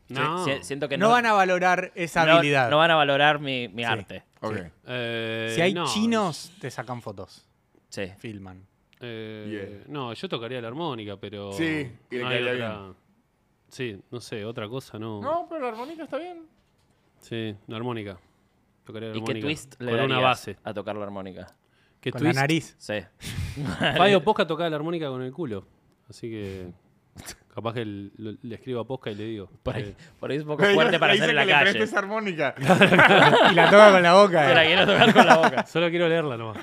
Sí, No. sí, siento que no, no, van a valorar esa no- habilidad. no van a valorar mi, Sí. mi arte. Ok. Eh, si hay no, chinos, te sacan fotos. Sí. Filman. Eh, No, yo tocaría la armónica, pero. Sí, y le no hay quedaría otra- Sí, no sé, otra cosa no. No, pero la armónica está bien. Sí, la armónica. Tocaría la ¿Y qué armónica. twist le Con una darías base. a tocar la armónica? ¿Qué Con twist? la nariz. Sí. (laughs) Fabio Posca tocaba la armónica con el culo. Así que capaz que el- lo- le escribo a Posca y le digo. Por eh, ahí, por ahí es un poco Le dice- fuerte para le dice hacer en la que le preste calle. esa armónica. Y la toca con la boca. eh. (laughs) (laughs) Te la quiero tocar con la boca. Solo quiero leerla nomás.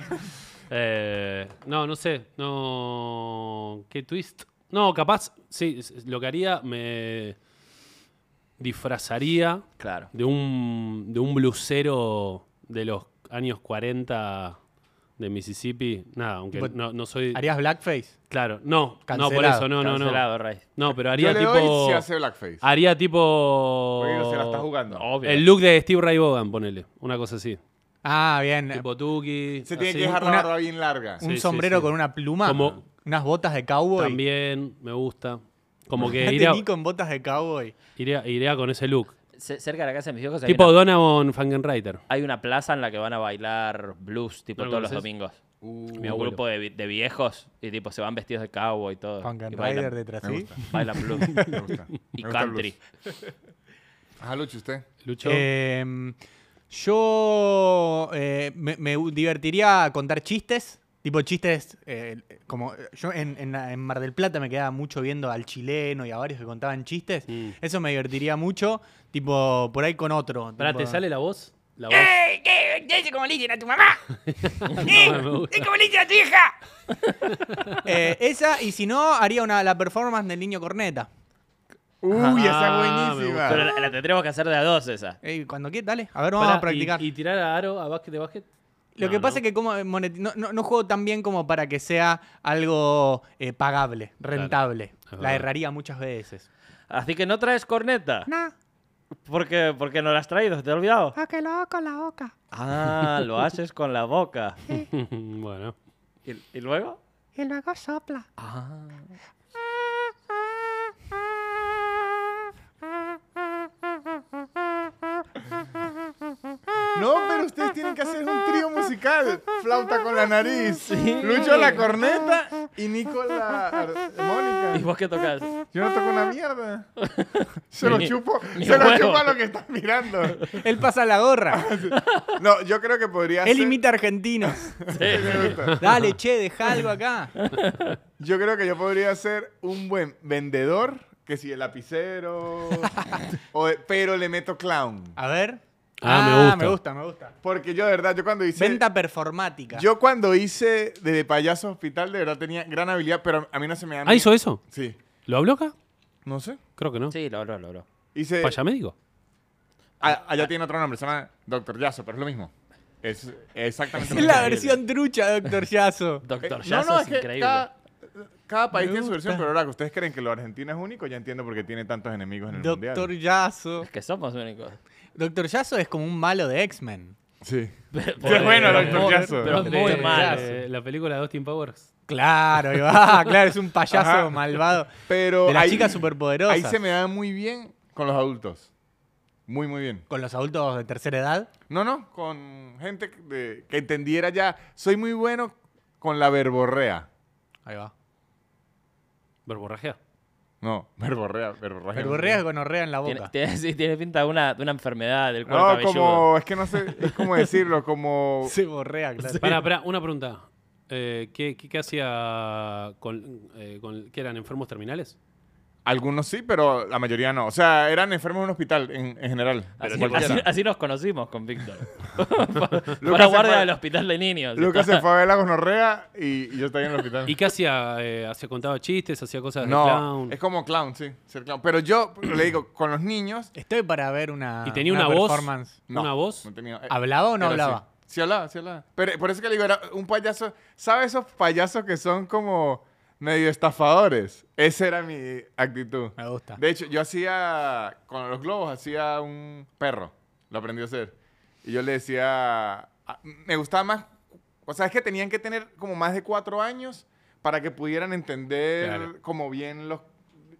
Eh, no, no sé. No. ¿Qué twist? No, capaz. Sí, s- lo que haría me disfrazaría Claro. de un, de un blusero de los años 40 de Mississippi. Nada, aunque Tipo, no, no soy. ¿Harías blackface? Claro, no, no por Cancelado, eso, no, no, no. Cancelado, Ray. No, pero Yo haría le tipo. oh, doy si hace blackface. Haría Porque tipo. se la está jugando. Obvio. El look de Steve Ray Vaughan, ponele. Una cosa así. Ah, bien. Tipo Tuki. Se tiene así. que dejar la una- barba bien larga. Un sí, sombrero sí. con una pluma. Como- Unas botas de cowboy. También, me gusta. Como (laughs) que Fíjate, iría, Nico en botas de cowboy. iría, iría con ese look. C- cerca de la casa de mis viejos hay, Tipo una, Donovan Fangenreiter. hay una plaza en la que van a bailar blues, tipo ¿No lo todos los conoces? domingos. Uh, Mi un abuelo. grupo de, vi- de viejos y tipo se van vestidos de cowboy y todo. Punk y and bailan, Rider detrás. me ¿sí? gusta. bailan blues Uh, Me gusta. (laughs) Me gusta y el country. blues. Ajá, Lucho, usted. Lucho. Eh, yo eh, me, me divertiría contar chistes. Tipo chistes, eh, como yo en, en- en Mar del Plata me quedaba mucho viendo al chileno y a varios que contaban chistes. Mm. Eso me divertiría mucho, tipo por ahí con otro. Pará, ¿te tipo- sale la voz? La voz. (laughs) Eh, esa, y si no, haría una, la performance del niño corneta. Uy, Ah, esa es me buenísima. gusta. Pero la, la tendremos que hacer de a dos esa. Ey, cuando quieras, dale. A ver, vamos Pará, a practicar. Y, y tirar a aro a básquet de (laughs) básquet. Lo No, que pasa no. es que como monet- no, no- no juego tan bien como para que sea algo eh, pagable, rentable. Claro. La Ajá. erraría muchas veces. Así que no traes corneta. No, ¿Por qué? Porque no la has traído, te he olvidado. porque lo hago con la boca. Ah, (laughs) lo haces con la boca. bueno. ¿Y, y luego? Y luego sopla. Ah, Ah. ah, No, pero ustedes tienen que hacer un trío musical. Flauta con la nariz. Lucho la corneta y Nico la ¿Y armónica. vos qué tocas? Yo no toco una mierda. Se lo Ni- chupo, ni se lo huevo. chupo a lo que estás mirando. Él pasa la (laughs) gorra. No, yo creo que podría Él ser- imita argentinos. (laughs) Sí, me gusta. Dale, che, deja algo acá. Yo creo que yo podría ser un buen vendedor, que si el lapicero, o de- pero le meto clown. A ver. Ah, me me gusta. gusta, me gusta. Porque yo de verdad, yo cuando hice... Venta performática. Yo cuando hice de payaso hospital, de verdad tenía gran habilidad, pero a mí no se me da... ¿Ah, hizo eso? Sí. ¿Lo habló acá? No sé. Creo que no. Sí, lo logró, lo logró. Hice... Payamédico. Ah, allá tiene otro nombre, se llama Doctor Yaso, pero es lo mismo. Es exactamente lo es (laughs) la mismo. versión trucha, (laughs) doctor Yaso. Eh, Doctor no, Yazo no, es, es que increíble. Cada, cada país tiene su gusta. versión, pero ahora que ustedes creen que lo argentino es único, ya entiendo por qué tiene tantos enemigos en el Doctor mundial. Yaso. Es que somos únicos. Doctor Yaso es como un malo de X-Men. Sí. Pobre- bueno, (laughs) pero Doctor muy- Yazo. Pero es De- muy de- malo. de eh, la película de Austin Powers. Claro, ahí va, (laughs) Ah, claro, es un payaso Ajá. malvado. Pero De las ahí- chicas superpoderosas. Ahí se me da muy bien con los adultos. Muy, muy bien. Con los adultos de tercera edad. No, no, con gente que- de- que entendiera ya. Soy muy bueno con la verborrea. Ahí va. Verborrajea. No, (laughs) verborrea, verborrea. Verborrea con orrea en la Tiene, boca. tiene- sí, tiene pinta de una, de una enfermedad del cuerpo No, cabelludo. como, es que no sé, es como decirlo, (laughs) como... Se borrea, claro. Pará, pará, una pregunta. Eh, ¿qué, qué, qué hacía con, eh, con- ¿Qué eran enfermos terminales? Algunos sí, pero la mayoría no. O sea, eran enfermos en un hospital, en, en general. Así, Pero así- cualquiera. así nos conocimos con (laughs) Víctor. Para Lucas se guardia fue- del hospital de niños. Lucas se fue a ver la gonorrea y, y yo estaba ahí en el hospital. ¿Y qué hacía? Eh, ¿Hacía contaba chistes? ¿Hacía cosas de no, clown? es como clown, sí, ser clown. Pero yo le digo, con los niños... Estoy para ver una, ¿Y tenía una voz? performance. No, ¿Una voz? no tenía- eh, ¿Hablaba o no Pero hablaba? Sí. Sí hablaba, sí hablaba. Pero por eso que le digo, era un payaso. ¿Sabes esos payasos que son como medio estafadores? Esa era mi actitud. Me gusta. De hecho, yo hacía, con los globos, hacía un perro. Lo aprendí a hacer. Y yo le decía, a- me gustaba más, o sea, es que tenían que tener como más de cuatro años para que pudieran entender Claro. como bien los...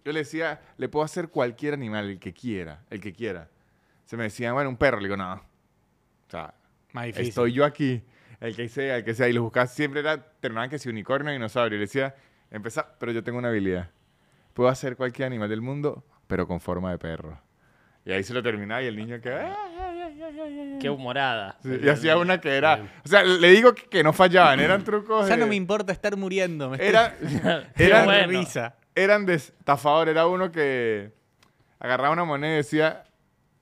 Yo le decía, le puedo hacer cualquier animal, el que quiera, el que quiera. Se me decía, bueno, un perro. Le digo, no. O sea, Más difícil. Estoy yo aquí, el que sea, el que sea. Y los buscaba siempre, era, terminaban que si unicornio, dinosaurio. Y le decía, empezá, pero yo tengo una habilidad. Puedo hacer cualquier animal del mundo, pero con forma de perro. Y ahí se lo terminaba y el niño que... "Ah". Qué humorada. Sí, y hacía una que era. O sea, le digo que, que no fallaban, eran trucos. Ya no de- me importa estar muriendo. Me (laughs) era, estoy era dando bueno. (laughs) risa. eran de estafador. Era uno que agarraba una moneda y decía,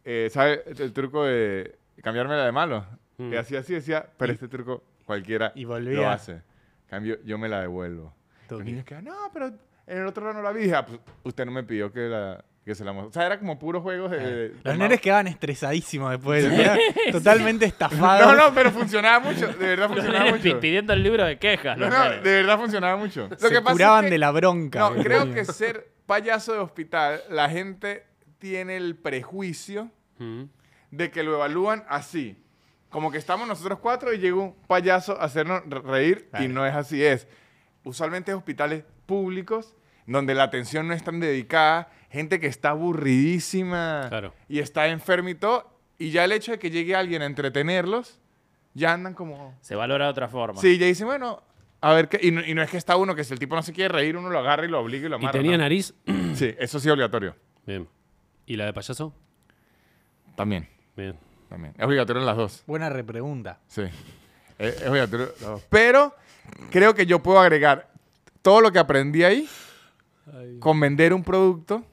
eh, ¿sabe el, el truco de cambiármela de malo? Mm. Y hacía así, decía, pero este truco cualquiera y volvía. lo hace. Cambio, yo me la devuelvo. Los niños quedan, no, pero en el otro lado no la vi. Ah, pues, usted no me pidió que, la, que se la mostrara. O sea, era como puros juegos de... de- Ah. Los de nenes quedaban estresadísimos después. (laughs) eran Totalmente estafados. No, no, pero funcionaba mucho. De (laughs) verdad Los funcionaba nenes pi- mucho. pidiendo el libro de quejas. No, los no, de nenes. verdad funcionaba mucho. Lo se que pasa es curaban que- de la bronca. No, boludo. creo que ser payaso de hospital, la gente tiene el prejuicio Mm. de que lo evalúan así. Como que estamos nosotros cuatro y llega un payaso a hacernos re- reír y no es así. Es usualmente es hospitales públicos donde la atención no es tan dedicada, gente que está aburridísima Claro. y está enferma y todo. Y ya el hecho de que llegue alguien a entretenerlos, ya andan como... Se valora de otra forma. Sí, ya dicen, bueno, a ver qué... Y no, y no es que está uno, que si el tipo no se quiere reír, uno lo agarra y lo obliga y lo ¿Y amarra. tenía ¿no? nariz? Sí, eso sí es obligatorio. Bien. ¿Y la de payaso? También, Bien. también. Es obligatorio en las dos. Buena repregunta. Sí. Es, es obligatorio en las dos. Pero creo que yo puedo agregar todo lo que aprendí ahí con vender un producto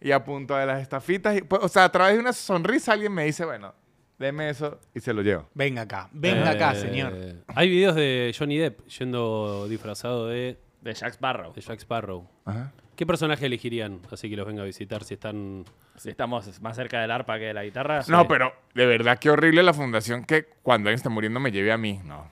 y a punto de las estafitas. y- pues, o sea, a través de una sonrisa alguien me dice, bueno, deme eso y se lo llevo. Venga acá. Venga Eh, acá, señor. Hay videos de Johnny Depp yendo disfrazado de, De Jack Sparrow. de Jack Sparrow. Ajá. ¿Qué personaje elegirían? Así que los venga a visitar si están. Si estamos más cerca del arpa que de la guitarra. No, pero de verdad qué horrible la fundación que cuando alguien está muriendo me lleve a mí. No.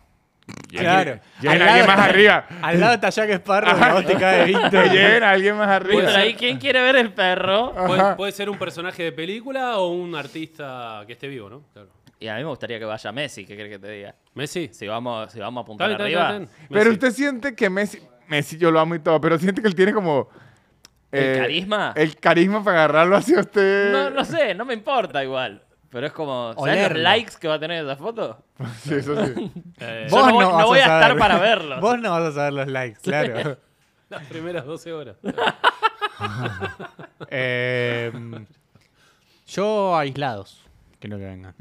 Lleven- Claro. Lleven Al a alguien lado más está- arriba. Al lado está Jack Sparrow, (laughs) la óptica de Que Víctor. lleven a alguien más Sí, pero arriba. ahí, ¿quién quiere ver el perro? Ah. Puede, puede ser un personaje de película o un artista que esté vivo, ¿no? Claro. Y a mí me gustaría que vaya Messi, ¿qué crees que te diga? Messi. Si vamos, si vamos a apuntar Está bien, está bien, arriba. está bien. Pero Messi. usted siente que Messi, Messi yo lo amo y todo, pero siente que él tiene como... eh, ¿El carisma? El carisma para agarrarlo hacia usted. No, no sé, no me importa igual. Pero es como, ¿sabes los Olerlo. likes que va a tener esa foto? (laughs) Sí, eso sí. Eh, Yo no voy- no voy a estar para verlo. Vos no vas a saber los likes, (laughs) claro. las primeras 12 horas. Eh, yo aislados. Quiero que vengan.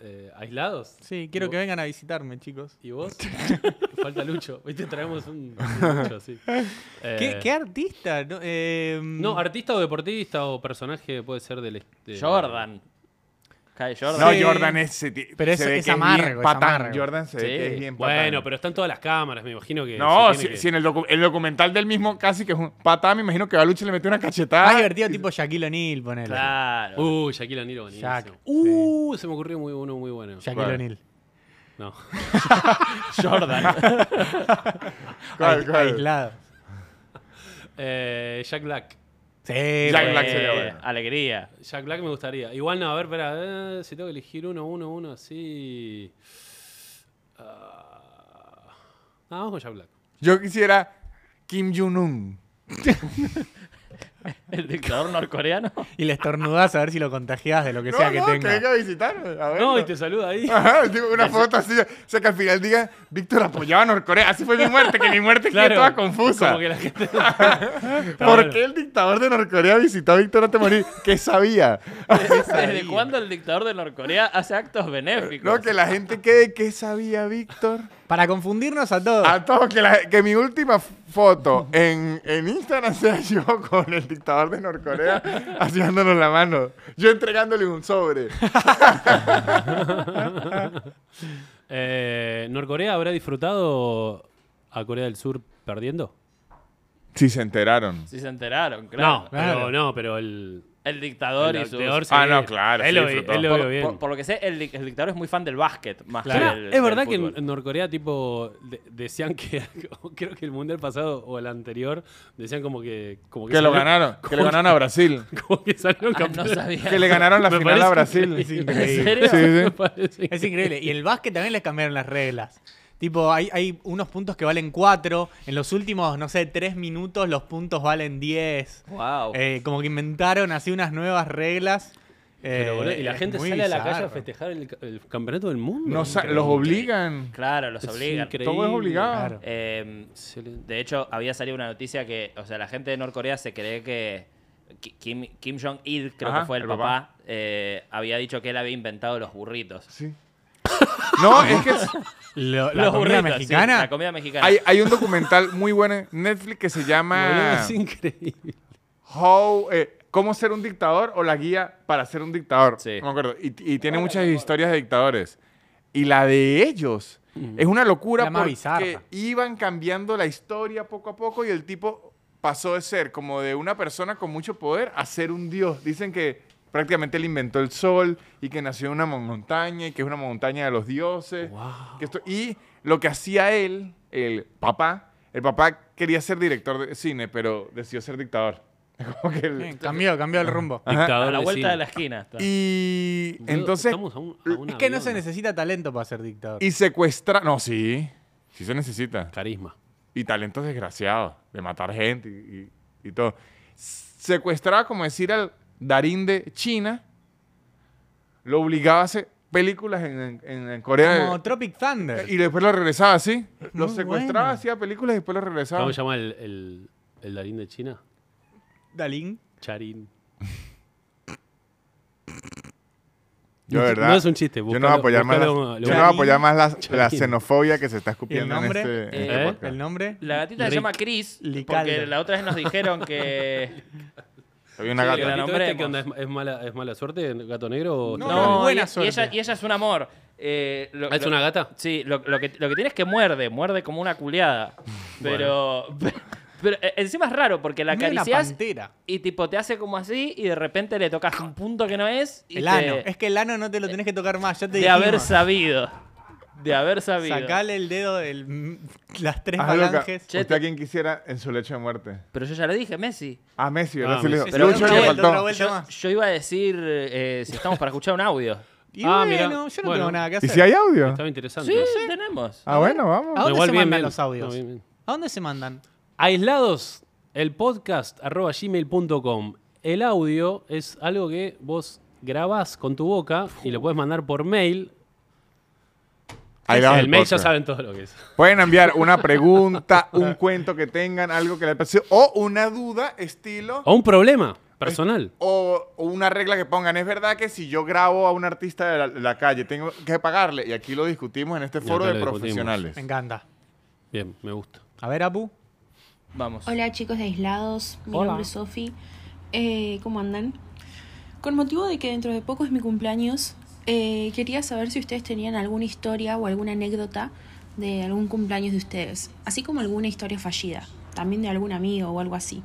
Eh, ¿Aislados? Sí, quiero que vengan a visitarme, chicos. ¿Y (laughs) vos? Falta Lucho. Viste, traemos un, un Lucho (laughs) así. Eh, ¿Qué, qué artista? No, eh, Mm. No, artista o deportista o personaje puede ser del. de- Jordan. Kai Jordan. No, Sí. Jordan es... se ti- Pero se es- ve es que bien amargo, es patán. amargo. Jordan se ve Sí. que es bien patán. Bueno, pero están todas las cámaras, me imagino que. se No, si, tiene si que- en el, docu- el documental del mismo casi que es un patán, me imagino que a Lucho le metió una cachetada. Más divertido tipo Shaquille O'Neal, ponele. Claro. Uh, Shaquille O'Neal. buenísimo. Shaq, Uh, se me ocurrió muy uno muy bueno. Shaquille Bueno. O'Neal. No. (laughs) Jordan. Claro, Ais- claro. Aislados. Eh, Jack Black. Sí, pues. Jack bueno. Black sería bueno. Alegría. Jack Black me gustaría. Igual no, a ver, espera. eh, si tengo que elegir uno, uno, uno, así. Ah, no, vamos con Jack Black. Yo quisiera Kim Jong-un. El dictador norcoreano. Y le estornudás a ver si lo contagiás de lo que sea que tenga. venga a visitarme. A ver, No, y te saluda ahí. Ajá, digo, una foto así. O sea, que al final diga, Víctor apoyaba a Norcorea. Así fue mi muerte, que mi muerte quedó toda (laughs) confusa. Como que la gente. ¿Por bueno. qué el dictador de Norcorea visitó a Víctor antes de morir? ¿Qué sabía? (laughs) ¿Desde cuándo el dictador de Norcorea hace actos benéficos? No, que la gente quede, ¿qué sabía Víctor? Para confundirnos a todos. A todos, que, la- que mi última f- foto en, en Instagram sea yo (laughs) con el dictador de Norcorea haciéndonos la mano. Yo entregándole un sobre. Eh, ¿Norcorea habrá disfrutado a Corea del Sur perdiendo? Sí, se enteraron. Si se enteraron, claro. No, pero Claro. no, pero el. El dictador el y sus... actor sí. Ah, no, claro, Él sí lo, disfrutó. él lo vio Por, bien. por- por lo que sé, el, dic- el dictador es muy fan del básquet. Más que Pará, del- es del verdad que en, fútbol. en Norcorea, tipo, de- decían que. (laughs) creo que el mundial pasado o el anterior, decían como que. Como Que lo salieron- ganaron, que le ganaron a Brasil. (laughs) Como (laughs) que salieron Ah, (laughs) no campeones. sabía. Que le ganaron la Me final a parece Brasil. increíble. increíble. ¿En serio? Sí, Me sí. (laughs) parece Es increíble. Y el básquet también les cambiaron las reglas. Tipo, hay, hay unos puntos que valen 4. En los últimos, no sé, 3 minutos los puntos valen 10. Wow. Eh, como que inventaron así unas nuevas reglas. Pero, Eh, boludo, y la es gente muy sale a la calle a bizarro. festejar el, el campeonato del mundo. No sa- los obligan. claro, los Es obligan. increíble. Todo es obligado. Claro. Eh, Excelente. de hecho, había salido una noticia que, o sea, la gente de Norcorea se cree que Ki- Kim, Kim Jong-il, creo Ajá, que fue el, el papá, papá. eh, había dicho que él había inventado los burritos. Sí. (laughs) No, es que es- Lo- la Los comida burritos, sí, mexicana. la comida mexicana. hay, hay un documental muy bueno en Netflix que se Boludo, llama es increíble. How, eh, ¿Cómo ser un dictador o la guía para ser un dictador? Sí. No me acuerdo. Y, y tiene muchas historias de dictadores. Y la de ellos es una locura La más porque bizarra. iban cambiando la historia poco a poco y el tipo pasó de ser como de una persona con mucho poder a ser un dios. Dicen que prácticamente él inventó el sol y que nació en una montaña y que es una montaña de los dioses. Que esto- y lo que hacía él, el papá, el papá quería ser director de cine, pero decidió ser dictador. (laughs) Como que el- Bien, cambió, cambió el rumbo. Ajá. Dictador a la de vuelta cine. de la esquina. está. y Boludo, entonces, estamos a un- a un Es que no avión. se necesita talento para ser dictador. y secuestra... No, sí, sí se necesita. Carisma. Y talentos desgraciados, de matar gente y, y- y todo. Secuestraba, como decir, al Darín de China, lo obligaba a hacer películas en, en- en Corea. Como Tropic Thunder. eh, Y después lo regresaba así. Lo Muy secuestraba, bueno. hacía películas y después lo regresaba. ¿Cómo se llama el, el, el Darín de China? Dalín. Charín. Yo, No- verdad. no es un chiste, (laughs) buscalo- Yo no voy a apoyar más, buscalo, la, lo- yo no voy a apoyar más la, la Charín. xenofobia que se está escupiendo en nombre? este, en este Eh, podcast. ¿El nombre? La gatita se Rick llama Chris, porque Licaldo. la otra vez nos dijeron que... Había una Sí, gata. la ¿Y todo este qué nombremos. onda? ¿Es, es mala, ¿Es mala suerte? el ¿Gato negro? o- (laughs) No, No, buena y- y, suerte. ella, y ella es un amor. Eh, lo- Ah, ¿Es lo- una gata? Sí, lo, lo que, lo que tiene es que muerde, muerde como (laughs) una culeada. Pero, (laughs) pero, eh, encima es raro porque la Es medio una acaricias pantera. y tipo te hace como así y de repente le tocas un punto que no es y El te- ano. Es que el ano no te lo tenés que tocar más. Ya te de haber dijimos. sabido. De haber sabido. Sacale el dedo de las tres Ah, loca, falanges. Che, ¿Usted te- a quién quisiera en su lecho de muerte? Pero yo ya lo dije, Messi. Ah, Messi, ¿verdad? Ah, Sí, le Messi. digo, Pero Lucho, otra le vuelta, faltó. otra vuelta. Yo, más. yo iba a decir eh, si estamos para escuchar (laughs) un audio. Y Ah, bueno, mira. yo no Bueno. tengo nada que ¿Y hacer. si hay audio? Estaba interesante. Sí, tenemos. Ah, bueno, vamos. ¿A dónde Igual se bien, mandan bien. los audios? No, bien, bien. ¿A dónde se mandan? Aislados, el podcast arroba gmail.com. El audio es algo que vos grabás con tu boca y lo puedes mandar por mail. Ahí el vamos al mail ya podcast. saben todo lo que es. Pueden enviar una pregunta, un cuento que tengan, algo que les pase, o una duda, estilo, O un problema personal. o, o una regla que pongan. Es verdad que si yo grabo a un artista de la, la calle, tengo que pagarle. Y aquí lo discutimos en este Y foro acá de lo discutimos. profesionales. Me encanta. Bien, me gusta. A ver, Apu. Vamos. Hola chicos de Aislados, mi Hola. nombre es Sofi. Eh, ¿Cómo andan? Con motivo de que dentro de poco es mi cumpleaños, eh, quería saber si ustedes tenían alguna historia o alguna anécdota de algún cumpleaños de ustedes, así como alguna historia fallida, también de algún amigo o algo así.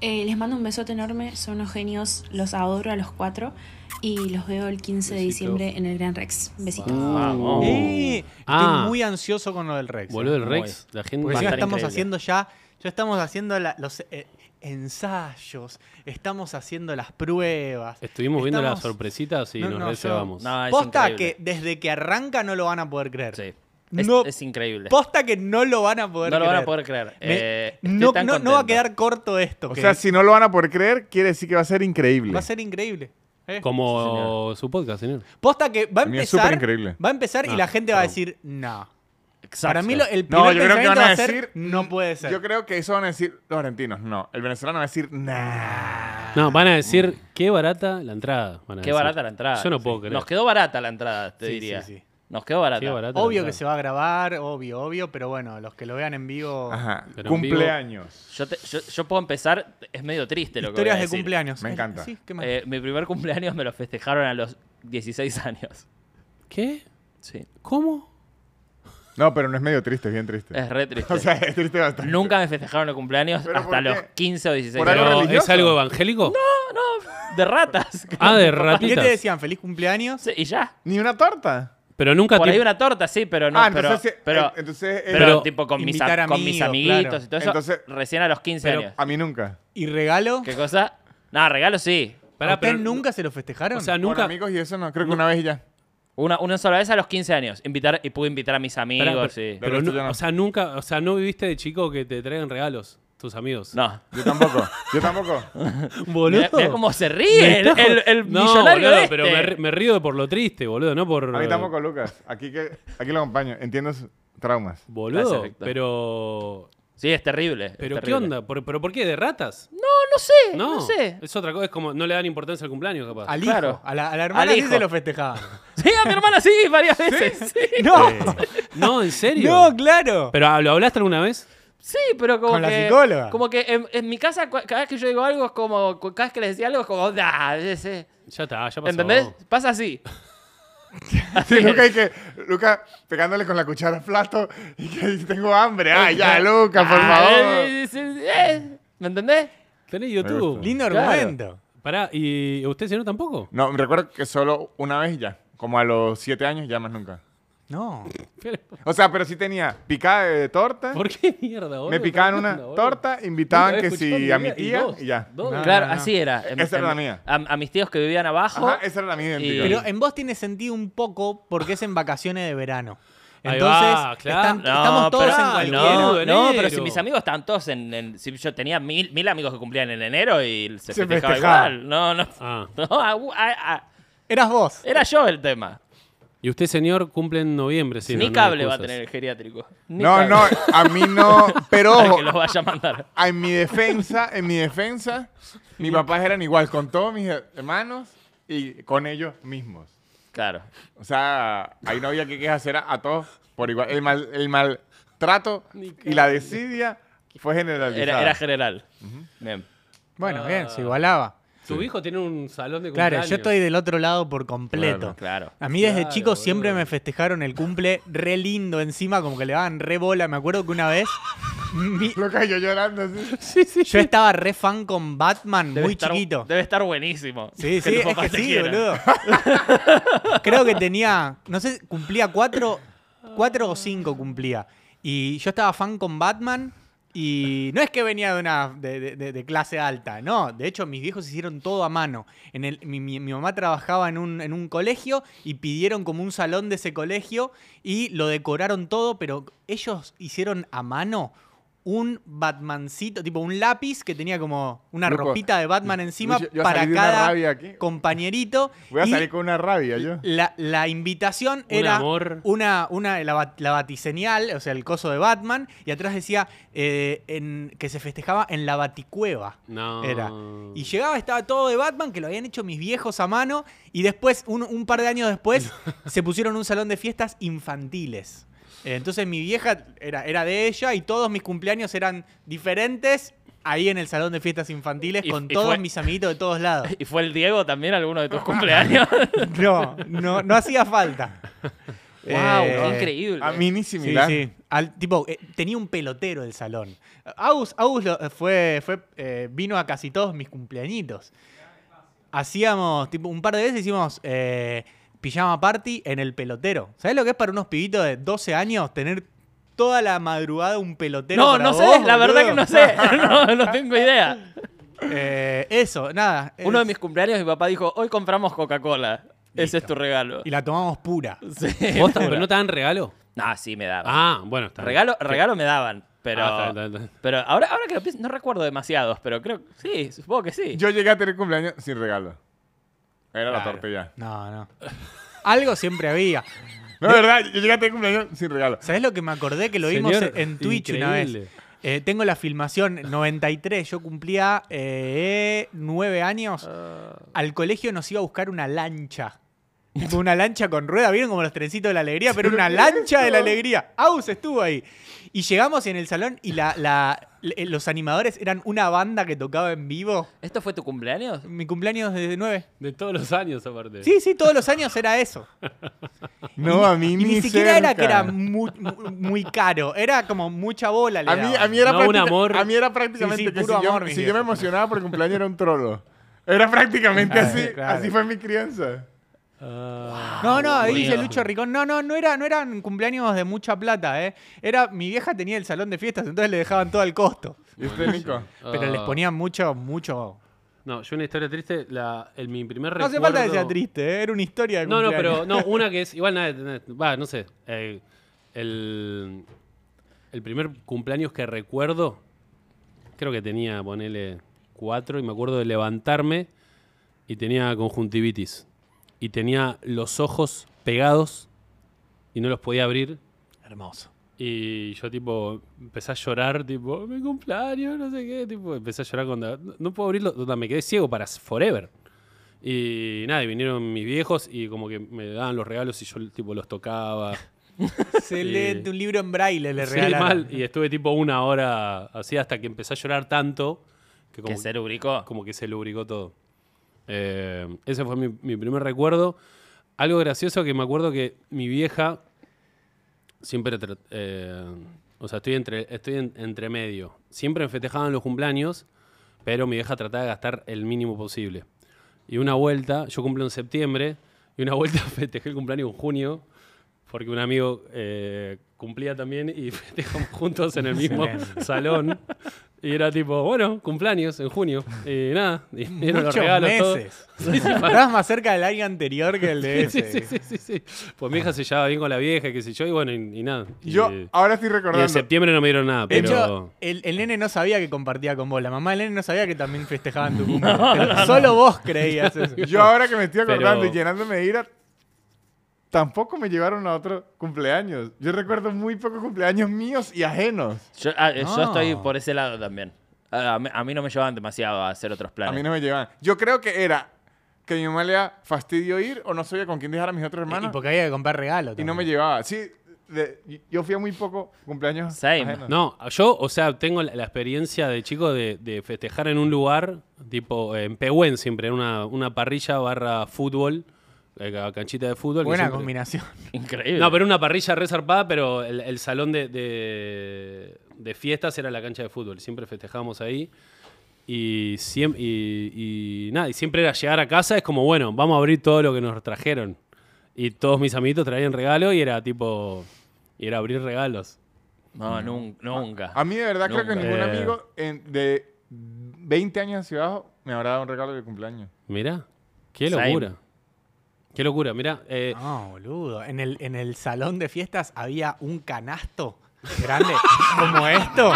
Eh, les mando un besote enorme, son unos genios, los adoro a los cuatro y los veo el 15 Besito. de diciembre en el Gran Rex. Besitos. Vamos. Eh, Ah. Estoy muy ansioso con lo del Rex. ¿eh? Boludo, el Muy. Rex, la gente... Porque Va a ya estar estamos increíble. haciendo ya, ya estamos haciendo la- los eh, ensayos, estamos haciendo las pruebas. Estuvimos viendo las Estamos- sorpresitas y No, nos no, yo- recebamos. No, Ah, es Posta increíble. que desde que arranca no lo van a poder creer. Sí. Es, No. es increíble. Posta que no lo van a poder No lo creer. van a poder creer. Me- Eh, estoy no, tan no- no va a contento. quedar corto esto. O que sea, si no lo van a poder creer, quiere decir que va a ser increíble. va a ser increíble. Eh. Como su podcast, señor. Posta que va a A mí es empezar, superincreíble. va a empezar y Ah, la gente va a perdón. decir, no. Exacto. Para mí lo- el primer No, yo creo que pensamiento van a va a ser, decir. no puede ser. Yo creo que eso van a decir los argentinos. No, el venezolano va a decir. Nah. No, van a decir, qué barata la entrada. van a Ah, Qué decir. barata la entrada. Yo no Sí. puedo creer. Nos quedó barata la entrada, te Sí, diría. sí, sí. Nos quedó barata. Qué barata la Obvio entrada. que se va a grabar, obvio, obvio, pero bueno, los que lo vean en vivo... Ajá. Pero en vivo- Cumpleaños. Yo, te- yo- yo puedo empezar, es medio triste lo que Historias voy a de decir. cumpleaños. Me Eh, encanta. Sí, ¿qué más? Eh, mi primer cumpleaños me lo festejaron a los 16 años. ¿Qué? Sí. ¿Cómo? No, pero no es medio triste, es bien triste. Es re triste. (laughs) o sea, es triste bastante. Nunca me festejaron el cumpleaños ¿Pero hasta por qué? los 15 o 16 ¿Por algo años. ¿Pero ¿Es religioso? algo evangélico? (laughs) De ratas. Ah, de ¿Y ¿Qué te ratitas. decían? ¿Feliz cumpleaños? (laughs) Sí, y ya. Ni una torta. Pero nunca Por te- ahí una torta, sí, pero no. ah, pero, entonces. sí, pero, eh, entonces, eh, pero, Pero- tipo con mis, Invitar am- con mis amigos, amiguitos claro. y todo eso. Entonces- recién a los 15 pero años. a mí nunca. ¿Y regalo? ¿Qué cosa? No, regalo sí. Pará, ¿A ustedes pero- nunca se lo festejaron? O sea, Con nunca... amigos y eso no. Creo que una vez y ya. Una, una sola vez a los 15 años. Invitar, y pude invitar a mis amigos. Pará, sí. pero resto no- yo no. O sea, nunca, o sea, no viviste de chico que te traigan regalos tus amigos. (laughs) no. Yo tampoco. Yo tampoco. boludo. Mira, mira cómo se ríe el, Me el- está- el No, millonario boludo, este. pero me, ri- me río por lo triste, boludo, no por. A mí tampoco, Lucas. Aquí, que, aquí lo acompaño. Entiendo sus traumas. Boludo, Gracias, Víctor. pero. Sí, es terrible. es ¿Pero qué terrible. onda? ¿Por- ¿Pero por qué? ¿De ratas? No, no sé, No, no, sé. Es otra cosa, es como no le dan importancia al cumpleaños, capaz. Al hijo, Claro. a, la, a la hermana Al sí hijo. se (laughs) lo festejaban. (laughs) Sí, a mi hermana sí, varias veces. Sí, ¡No! No, en serio. ¡No, claro! ¿Pero ah, lo hablaste alguna vez? Sí, pero como Con la que... psicóloga. Como que en, en mi casa, cua- cada vez que yo digo algo, es como... cu- Cada vez que les decía algo, es como... "Ah, ese". Ya está, ya pasó. ¿Entendés? Pasa así. Sí, Luca, y que, Luca pegándole con la cuchara al plato y que tengo hambre. Ay, ya, Luca, por Ah, favor. eh, eh, eh, eh, ¿Me entendés? Tenés gusta. YouTube. Lindo Claro. argumento. Pará, ¿y usted, señor, tampoco? No, recuerdo que solo una vez y ya. Como a los siete años, ya más nunca. No. O sea, pero sí tenía picada de torta. ¿Por qué mierda, boludo? Me picaban una Tremendo, boludo. torta, invitaban Nunca había que escuchado en si a vida, mi tía y, dos, ya. dos. No, claro, no, no. así era. En- Esa era en- la mía. A, a mis tíos que vivían abajo. Ajá, esa era la mía identidad. Y- Pero en vos tiene sentido un poco porque es en vacaciones de verano. Ahí Entonces, va, claro. están- No, estamos todos pero- en cualquiera. cualquiera. No, no, pero si Enero. mis amigos estaban todos en. en- si yo tenía mil, mil amigos que cumplían en enero y se, Se festejaba, festejaba. igual. No, no. Ah. no, a- a- a- Eras vos. era yo el tema. Y usted, señor, cumple en noviembre, sí. no, Ni no hay cable va a excusas. tener el geriátrico. Ni No, cable. no, (laughs) a mí no. Pero Para ojo, que los vaya a mandar. en mi defensa, en mi defensa, mis papás eran igual con todos mis hermanos y con ellos mismos. Claro. O sea, ahí no había que hacer a, a todos por igual. El, mal, el maltrato y la desidia fue generalizada. Era, era general. Bien. Bueno, Ah. bien, se igualaba. Tu hijo tiene un salón de cumpleaños. Claro, yo estoy del otro lado por completo. Claro, claro. A mí desde Claro, chico siempre boludo. me festejaron el cumple re lindo encima, como que le daban re bola. Me acuerdo que una vez (laughs) mi- Lo cayó llorando así. yo estaba re fan con Batman, Debe muy estar- chiquito. Debe estar buenísimo. Sí, tu sí, es papá que te sí, quiera. boludo. Creo que tenía, no sé, cumplía cuatro, cuatro o cinco cumplía. Y yo estaba fan con Batman y no es que venía de una de, de- de- de clase alta, no. De hecho, mis viejos hicieron todo a mano. En el, mi, mi- mi mamá trabajaba en un, en un colegio y pidieron como un salón de ese colegio y lo decoraron todo, pero ellos hicieron a mano un Batmancito, tipo un lápiz que tenía como una Loco, ropita de Batman encima Lucho, yo para salí de una cada rabia aquí. compañerito. (laughs) Voy a y salir con una rabia yo. la, la invitación Un era amor. una, una la, bat- la batiseñal, o sea, el coso de Batman, y atrás decía eh, en- que se festejaba en la baticueva. No. Era. Mm. (laughs) Y llegaba, estaba todo de Batman, que lo habían hecho mis viejos a mano, y después, un, un par de años (laughs) después, se pusieron un salón de fiestas infantiles. Eh, Entonces mi vieja era, era de ella y todos mis cumpleaños eran diferentes ahí en el salón de fiestas infantiles Y- con y todos fue- mis amiguitos de (laughs) todos lados. ¿Y fue el Diego también alguno de tus cumpleaños? No, no, no hacía (laughs) falta. ¡Wow! (laughs) Eh, ¡Qué increíble! A mí ni Sí, similar. sí. Al- tipo, eh, tenía un pelotero el salón. Agus, Agus lo- fue, fue, eh, vino a casi todos mis cumpleañitos. Hacíamos, tipo, un par de veces hicimos eh, pijama party en el pelotero. ¿Sabes lo que es para unos pibitos de 12 años tener toda la madrugada un pelotero? No, para no sé, vos, la verdad que boludo? no sé. (laughs) No, no tengo idea. Eh, eso, nada. Uno de es- mis cumpleaños mi papá dijo, hoy compramos Coca-Cola. Ese es tu regalo. Y la tomamos (laughs) pura. Sí. (laughs) ¿Vos tam- pero no te dan regalo? No, sí me daban. Ah, bueno, está. bien. regalo, regalo me daban, pero... Ah, está, está, está. Pero ahora, ahora que lo pienso, no recuerdo demasiados, pero creo sí, supongo que sí. Yo llegué a tener cumpleaños sin regalo. Era Ah, la tortilla. No, no. Algo siempre había. No, de verdad, yo llegué a tener cumpleaños sin regalo. ¿Sabés lo que me acordé? Que lo vimos Señor, en Twitch una vez. increíble. Eh, tengo la filmación 93, yo cumplía eh, nueve años. Ah. Al colegio nos iba a buscar una lancha. Tipo, Una lancha con rueda, ¿vieron como los trencitos de la alegría? Pero una lancha de la alegría. Aus estuvo ahí. Y llegamos en el salón y la, la- le- eh, los animadores eran una banda que tocaba en vivo. ¿Esto fue tu cumpleaños? Mi cumpleaños desde nueve. De todos los años, aparte. Sí, sí, todos los años era eso. No, a mí Y ni, ni siquiera era que cerca. era mu- mu- muy, caro, era como mucha bola. le A mí, daban. a mí era No, un práctica- amor. A mí era prácticamente Sí, sí, que puro si, yo- amor, mis si yo, me viejos. emocionaba por el cumpleaños era un trolo. Era prácticamente Claro, así. claro. Así fue mi crianza. Ah. No, no, ahí dice Mierda. Lucho Ricón. No, no, no, era, no eran cumpleaños de mucha plata, ¿eh? Era, mi vieja tenía el salón de fiestas, entonces le dejaban todo al costo. ¿Y usted, Nico? Pero les Ah. ponían mucho, mucho. No, yo una historia triste, la, el, mi primer No recuerdo... hace falta que sea triste, ¿eh? era una historia de No, no, pero cumpleaños. no, una (laughs) que es igual nada, nada, va, no sé. eh, el, el primer cumpleaños que recuerdo, creo que tenía, ponele cuatro y me acuerdo de levantarme y tenía conjuntivitis y tenía los ojos pegados y no los podía abrir Hermoso. Y yo, tipo, empecé a llorar, tipo, mi cumpleaños, no sé qué, tipo, empecé a llorar cuando. no- No puedo abrirlo, onda, me quedé ciego para forever. Y nada, y vinieron mis viejos y como que me daban los regalos y yo, tipo, los tocaba. (laughs) Se lee un libro en braille, (laughs) le Sí, regalaron. mal. Y estuve, tipo, una hora así hasta que empecé a llorar tanto que como que se lubricó. como que se lubricó todo. Eh, ese fue mi, mi primer recuerdo. Algo gracioso que me acuerdo que mi vieja siempre. tra- eh, o sea, estoy entre, estoy en- entre medio. Siempre me festejaban los cumpleaños, pero mi vieja trataba de gastar el mínimo posible. Y una vuelta, yo cumplo en septiembre, y una vuelta (laughs) festejé el cumpleaños en junio, porque un amigo eh, cumplía también y (laughs) festejamos juntos en el mismo salón. Y era tipo, bueno, cumpleaños en junio. Y nada, (laughs) y dieron los Muchos regalos. todo. meses. Estabas más cerca del año anterior que el (laughs) de Sí, ese. sí, sí, sí, sí. Pues mi hija se llevaba bien con la vieja, qué sé yo, y bueno, y, y nada. Y, Yo y ahora estoy en recordando. septiembre no me dieron nada, De pero. hecho, el, el nene no sabía que compartía con vos. La mamá del nene no sabía que también festejaban tu cumpleaños. Pero Solo vos creías eso. Yo ahora que me estoy acordando Pero- y llenándome de ira, tampoco me llevaron a otro cumpleaños. Yo recuerdo muy pocos cumpleaños míos y ajenos. Yo, ah, yo No. estoy por ese lado también. A, a mí, a mí no me llevaban demasiado a hacer otros planes. A mí no me llevaban. Yo creo que era que mi mamá le da fastidio ir o no sabía con quién dejar a mis otros Y hermanos porque había que comprar regalos. y, no me llevaba. Sí, de- yo fui a muy poco cumpleaños. Same. (laughs) ajenos. No, yo, o sea, tengo la, la experiencia de chico de, de festejar en un lugar, tipo eh, en Pehuen siempre, en una, una parrilla barra fútbol, eh, ca- canchita de fútbol. que Buena siempre- combinación. Increíble. No, pero era una parrilla resarpada, pero el, el salón de, de- de fiestas era la cancha de fútbol. Siempre festejábamos ahí. Y, siem- y, y nada, y siempre era llegar a casa, es como, bueno, vamos a abrir todo lo que nos trajeron. Y todos mis amiguitos traían regalo y era tipo. Y era abrir regalos. No, nun- nunca. A mí de verdad creo que Nunca. ningún Eh. amigo en- de 20 años hacia abajo me habrá dado un regalo de cumpleaños. (laughs) Mirá, qué Same. Ah, locura. Qué locura, mirá. eh, No, boludo. En el, en el salón de fiestas había un canasto grande como esto.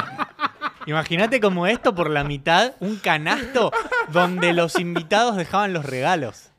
Imagínate como esto por la mitad, un canasto donde los invitados dejaban los regalos.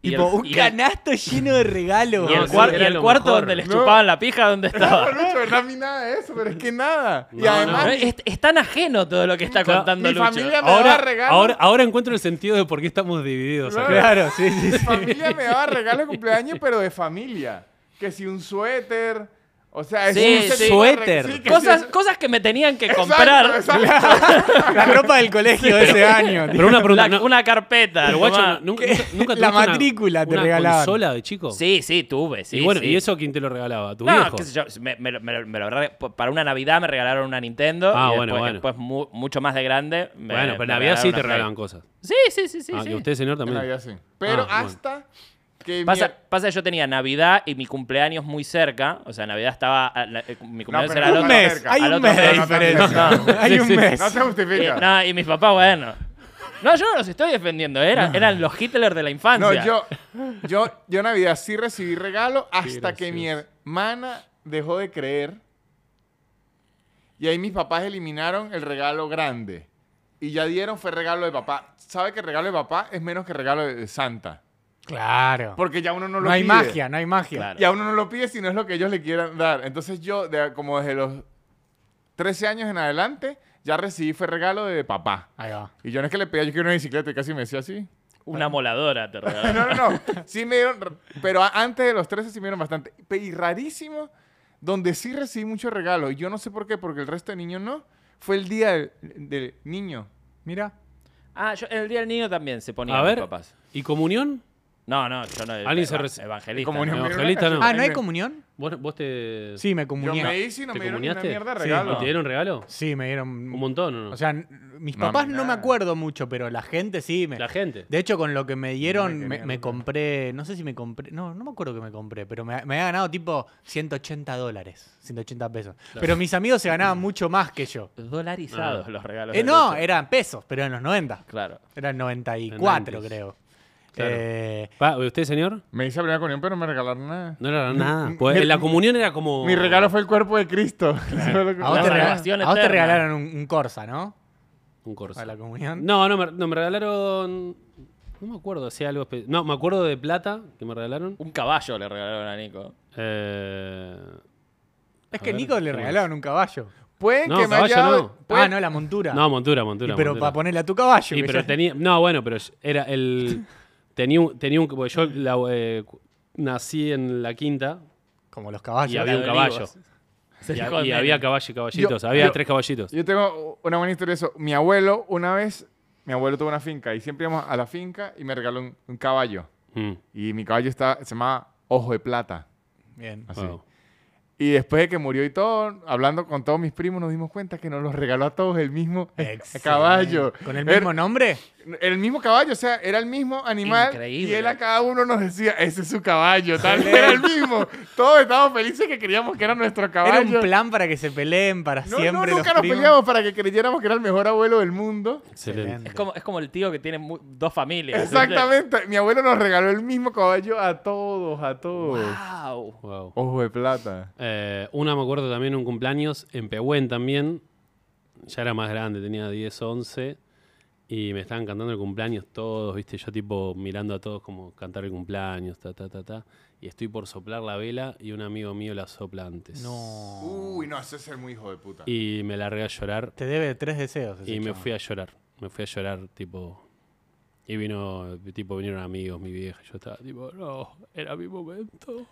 Y Tipo, el- un y el- canasto lleno de regalos. y el, No, sí, cuar- era y el lo cuarto mejor. donde les No. chupaban la pija, ¿dónde (laughs) No, estaba? Lucho, no a mí nada de eso, pero es que nada. y No, además, No, es, es tan ajeno todo lo que está Claro. contando mi Lucho. familia me daba ahora, regalos. ahora, ahora encuentro el sentido de por qué estamos divididos. acá. Claro, sí, sí, sí. Mi familia me daba regalo de cumpleaños, pero de familia. Que si un suéter. O sea, es Sí, un sí. Suéter. Sí, que si Cosas, es- cosas que me tenían que Exacto, comprar. exacto. La ropa del colegio de ese año. tío. Pero una pregunta, La- no- Una carpeta. Pero guacho, nomás. nunca, nunca- nunca La tuviste una- matrícula te una regalaban. consola de chico. Sí, sí, tuve. Sí, y bueno, sí. ¿y eso quién te lo regalaba? ¿Tu No, viejo? qué sé yo, me- me lo- me lo- me lo re- para una Navidad me regalaron una Nintendo. Ah, y bueno, después, bueno. después mu- mucho más de grande. me- bueno, pero me en Navidad sí regalaron te una regalaban Play. cosas. Sí, sí, sí, sí. ah, sí. y usted, señor, En también. Navidad sí. Pero Ah, bueno. hasta que. mi- Pasa, pasa que yo tenía Navidad y mi cumpleaños muy cerca. O sea, Navidad estaba. a la- eh, mi cumpleaños pero era al no otro. un mes. cerca. Hay al un otro mes de mes. diferencia. (laughs) Hay un mes. No se Y, justifica. no, y mis papás, bueno. No, yo no los estoy defendiendo. Eran, eran los Hitler de la infancia. No, yo, yo, yo Navidad sí recibí regalo hasta que mi gracioso. hermana dejó de creer. Y ahí mis papás eliminaron el regalo grande. Y ya dieron fue regalo de papá. ¿Sabe que regalo de papá es menos que regalo de de Santa? Claro. Porque ya uno no lo No hay pide. magia, no hay magia. Claro. Y a uno no lo pide si no es lo que ellos le quieran dar. Entonces yo, de- como desde los 13 años en adelante, ya recibí fue regalo de papá. Ahí va. Y yo no es que le pedía, yo quiero una bicicleta y casi me decía así. Una moladora te (laughs) regalaron. No, no, no. Sí me dieron, r- pero a- antes de los 13 sí me dieron bastante. Pe- Y rarísimo, donde sí recibí mucho regalo, y yo no sé por qué, porque el resto de niños no, fue el día del, del niño. Mira. Ah, yo en el Día del Niño también se ponía A ver, mis papás. ¿y comunión? No, no, yo no. Alguien se eva- reci- Evangelista. Como no. no me dieron evangelista nada. no. Ah, ¿no hay comunión? ¿Vos, vos te, Sí, me Yo me comunié. hice y no te me dieron ni una comuniaste? mierda de Sí. regalo. ¿Y te dieron regalo? Sí, me dieron. Un montón, ¿o no? O sea, n- mis No, papás no, me nada. acuerdo mucho, pero la gente sí me. La gente. De hecho, con lo que me dieron, me, quería me nunca. compré. No sé si me compré. No, no me acuerdo que me compré, pero me, me había ganado tipo 180 dólares, 180 pesos. Pero mis amigos se ganaban mucho más que yo. Ah. Dolarizados los regalos. Eh, de no, Lucho. eran pesos, pero en los 90. Claro. Eran 94, Antes. creo. Claro. Eh, Pa, ¿Usted, señor? Me hice la primera comunión, pero no me regalaron nada. No era nada. Pues, la comunión era como. Mi regalo fue el cuerpo de Cristo. (laughs) a, vos La te rega- salvación a vos te eterna. regalaron un, un Corsa, ¿no? Un corso. A la comunión. No, no me, no, me regalaron. No me acuerdo, hacía algo. espe- No, me acuerdo de plata que me regalaron. Un caballo le regalaron a Nico. Eh, Es A que ver, Nico le ¿qué más? regalaron un caballo. Pueden No, que me haya caballo dado- no. pueden- Ah, no, la montura. No, montura, montura. Y pero montura. para ponerle a tu caballo. Y que pero ya- tenía. No, bueno, pero era el. Tenía un. Tenía un porque yo la, eh, cu- nací en la quinta Como los y caballos. había un (laughs) caballo. Y, Se ha- dijo de y nene. había caballo y caballitos. Yo- había yo- tres caballitos. Yo tengo una buena historia de eso. Mi abuelo, una vez, mi abuelo tuvo una finca y siempre íbamos a la finca y me regaló un, un caballo. Mm, Y mi caballo está, se llamaba Ojo de Plata. (laughs) Bien. Así. wow. Y después de que murió y todo, hablando con todos mis primos, nos dimos cuenta que nos los regaló a todos el mismo (laughs) Excelente. caballo. ¿Con el Era- Er- mismo nombre? El mismo caballo, o sea, era el mismo animal. Increíble. Y él a cada uno nos decía, ese es su caballo, tal, era el mismo. Todos estábamos felices que creíamos que era nuestro caballo. Era un plan para que se peleen para No, no, siempre nunca los nos primos. peleamos para que creyéramos que era el mejor abuelo del mundo. Excelente. Es como, es como el tío que tiene mu- dos familias. Exactamente. Mi abuelo nos regaló el mismo caballo a todos, a todos. ¡Wow! Wow. Ojo de plata. Eh, una me acuerdo también, un cumpleaños en Pehuen también. Ya era más grande, tenía 10, 11. Y me estaban cantando el cumpleaños todos, ¿viste? Yo, tipo, mirando a todos como cantar el cumpleaños, ta, ta, ta, ta. Y estoy por soplar la vela y un amigo mío la sopla antes. No. Uy, no, ese es el muy hijo de puta. Y me largué a llorar Te debe tres deseos. ese y me chabón. fui a llorar. Me fui a llorar, tipo. Y vino, tipo, vinieron amigos, mi vieja. Yo estaba, tipo, no, era mi momento.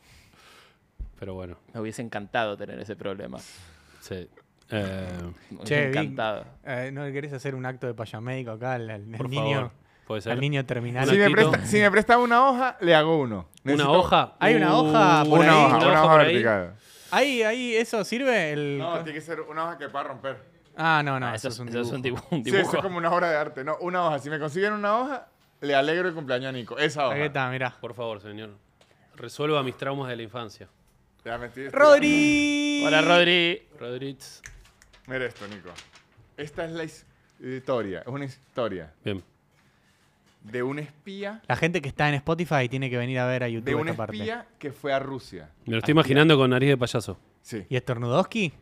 Pero bueno, Me hubiese encantado tener ese problema. sí. Eh, Me hubiese Che, vi- encantado. Eh, ¿No querés hacer un acto de payamédico acá al, al- al por niño? favor. ¿Puede ser? Al niño terminal. Si me, Platito. presta, si me presta una hoja, le hago uno. ¿Una Necesito- hoja? Hay una hoja por Una ahí, hoja, una una hoja por ahí. vertical. ¿Ahí, ahí eso sirve? El... No, tiene que ser una hoja que pueda romper. Ah, no, no. Ah, eso, es un dibujo. dibu- un Sí, eso dibujo. es como una obra de arte. No, una hoja. Si me consiguen una hoja, le alegro el cumpleaños a Nico. Esa Ahí hoja. está, mirá. Por favor, señor. Resuelva mis traumas de la infancia. Ya me estoy- ¡Rodri! Hola, Rodri. Rodríguez. Mira esto, Nico. Esta es la his- historia. Es una historia Bien. de un espía. La gente que está en Spotify tiene que venir a ver a YouTube De un esta parte. espía que fue a Rusia. Me lo estoy imaginando con nariz de payaso. Sí. ¿Y Estornudowski?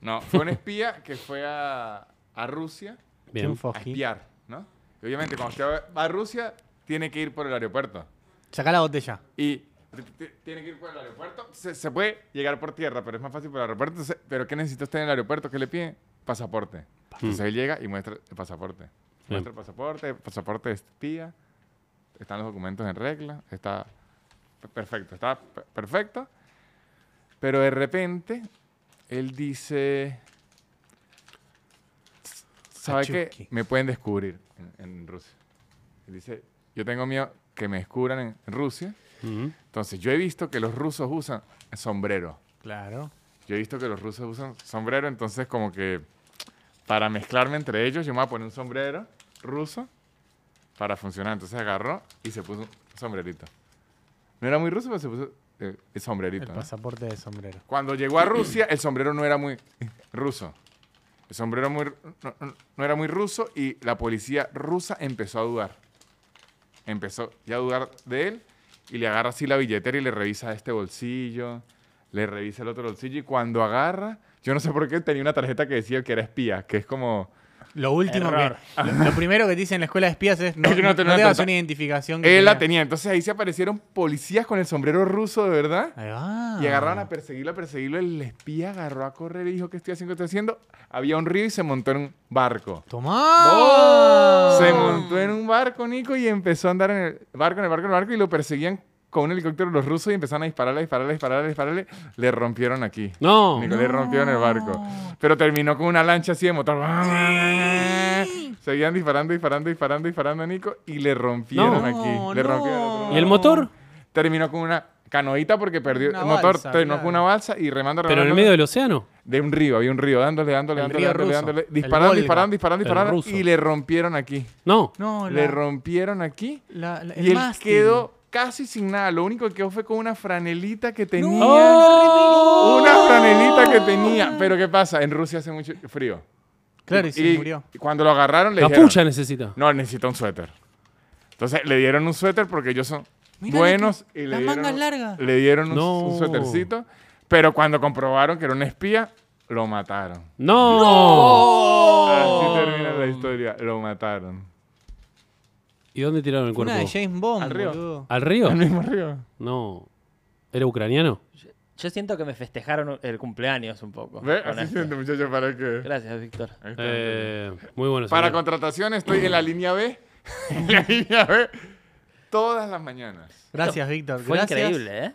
No, fue un espía que fue a, a Rusia Bien. Triunfo, a Gil. espiar, ¿no? Y obviamente, cuando usted va- va a Rusia, tiene que ir por el aeropuerto. Sacá la botella. Y t- t- tiene que ir por el aeropuerto. Se, se puede llegar por tierra, pero es más fácil por el aeropuerto. Entonces, ¿Pero qué necesita usted en el aeropuerto? ¿Qué le pide? Pasaporte. Entonces él llega y muestra el pasaporte. Bien. Muestra el pasaporte, el pasaporte de espía. Están los documentos en regla. Está per- perfecto, está per- perfecto. Pero de repente, él dice... ¿Sabe qué? Achuki. Me pueden descubrir en, en Rusia. Él dice, yo tengo miedo que me descubran en- en Rusia. Ujú. Entonces, yo he visto que los rusos usan sombrero. Claro. Yo he visto que los rusos usan sombrero, entonces como que para mezclarme entre ellos, yo me voy a poner un sombrero ruso para funcionar. Entonces agarró y se puso un sombrerito. No era muy ruso, pero se puso eh, el El sombrerito. ¿no? pasaporte de sombrero. Cuando llegó a Rusia, el sombrero no era muy ruso. El sombrero muy ru- no, no- no era muy ruso y la policía rusa empezó a dudar. Empezó ya a dudar de él y le agarra así la billetera y le revisa este bolsillo, le revisa el otro bolsillo y cuando agarra, yo no sé por qué tenía una tarjeta que decía que era espía, que es como... Lo último Error. que. Lo, lo primero que te dicen en la escuela de espías es: (laughs) no, Es que no no- no tenía te das tanta- una identificación. que Él la tenía. tenía, entonces ahí se aparecieron policías con el sombrero ruso de verdad. Ahí va. Y agarraron Ah. a perseguirlo, a perseguirlo. El espía agarró a correr y dijo, ¿qué estoy haciendo? ¿Qué estoy haciendo? Había un río y se montó en un barco. ¡Tomá! ¡Oh! Se montó en un barco, Nico, y empezó a andar en el barco, en el barco, en el barco, y lo perseguían con un helicóptero los rusos y empezaron a dispararle, dispararle, dispararle, dispararle. Le rompieron aquí. No. Nico, le rompieron el barco. Pero terminó con una lancha así de motor. Seguían disparando, disparando, disparando, disparando a Nico y le rompieron No. aquí. Le No, rompieron el otro ¿Y el motor? terminó con una canoita porque perdió Una el motor, balsa, terminó claro. con una balsa y remando, remando. Pero en el medio del océano. de un río, había un río, dándole, dándole, El dándole, río dándole, ruso. dándole, El disparando, Volga. disparando, disparando, El disparando, ruso. y le rompieron aquí. No. No, la, Le rompieron aquí la- la- el y él mástil. quedó casi sin nada. Lo único que quedó fue con una franelita que tenía. ¡Oh! Una franelita que tenía. Pero ¿qué pasa? En Rusia hace mucho frío. Claro, y se murió. y cuando lo agarraron le dijeron, Capucha necesita. no, necesita un suéter. Entonces le dieron un suéter porque ellos son Mira, buenos Nico, y le las dieron, mangas largas. le dieron un, No. un suétercito. Pero cuando comprobaron que era un espía, lo mataron. No. Así termina la historia. Lo mataron. ¿Y dónde tiraron el cuerpo? Una de James Bond. Al río. boludo. ¿Al río? Al mismo río. No. ¿Era ucraniano? Yo siento que me festejaron el cumpleaños un poco. ¿Ve? con Así esto. siente, muchachos, para que. Gracias, Víctor. Ahí está. Eh, muy bueno. Para señor. contratación estoy en la línea B. (laughs) en la línea B. Todas las mañanas. Gracias, Víctor. Fue gracias. increíble, ¿eh?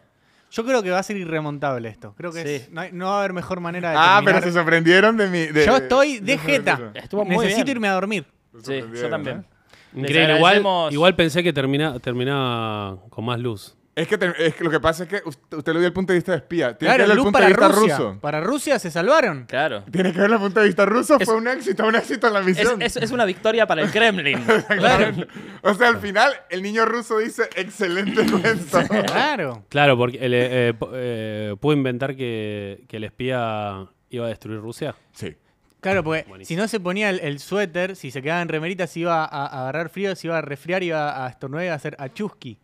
Yo creo que va a ser irremontable esto. Creo que Sí. es- no, hay- no va a haber mejor manera de Ah, pero terminar. se sorprendieron de mi. de- Yo estoy de se jeta. sorprendieron. Estuvo muy Necesito bien. irme a dormir. Se Sí, yo sorprendieron, también. ¿eh? Increíble. Les Igual, agradecemos- igual pensé que termina- terminaba con más luz. Es que, te- es que lo que pasa es que usted, usted lo vio el punto de vista de espía. Tiene Claro, que verlo el luz punto de para vista Rusia. ruso. Para Rusia se (laughs) salvaron. Claro. Tiene que verlo el punto de vista ruso. Es- Fue un éxito, un éxito en la Es, misión. es- es una victoria para el (laughs) Kremlin. Exactamente. O sea, al final, el niño ruso dice: (laughs) excelente cuento. (laughs) Claro. Claro, porque el, eh, eh, po- eh, puedo inventar que, que el espía iba a destruir Rusia. Sí. Claro, porque si Buenísimo. no se ponía el, el suéter, si se quedaba en remerita, se iba a, a agarrar frío, se iba a resfriar, iba a estornudar y iba a hacer achusqui.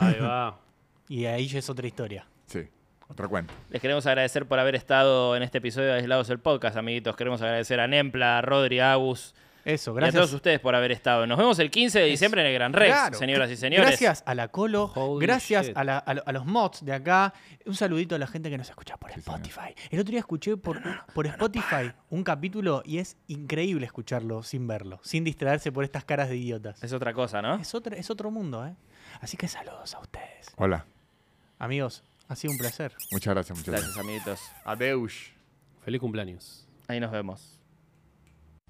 Ahí va. Y ahí ya es otra historia. Sí. Otro cuento. Les queremos agradecer por haber estado en este episodio de Aislados el Podcast, amiguitos. Queremos agradecer a Nempla, a Rodri, a Agus Eso, y a todos gracias. ustedes por haber estado. Nos vemos el 15 de diciembre en el Gran Rex, Claro. señoras y señores. Gracias a la Colo, Holy gracias shit. a, la- a lo- a los mods de acá. Un saludito a la gente que nos escucha por Spotify. El otro día escuché por, por Spotify un capítulo y es increíble escucharlo sin verlo, sin distraerse por estas caras de idiotas. Es otra cosa, ¿no? Es otro, es otro mundo, ¿eh? Así que saludos a ustedes. Hola. Amigos, ha sido un placer. Muchas gracias, muchas gracias. Gracias, amiguitos. Adeus. Feliz cumpleaños. Ahí nos vemos.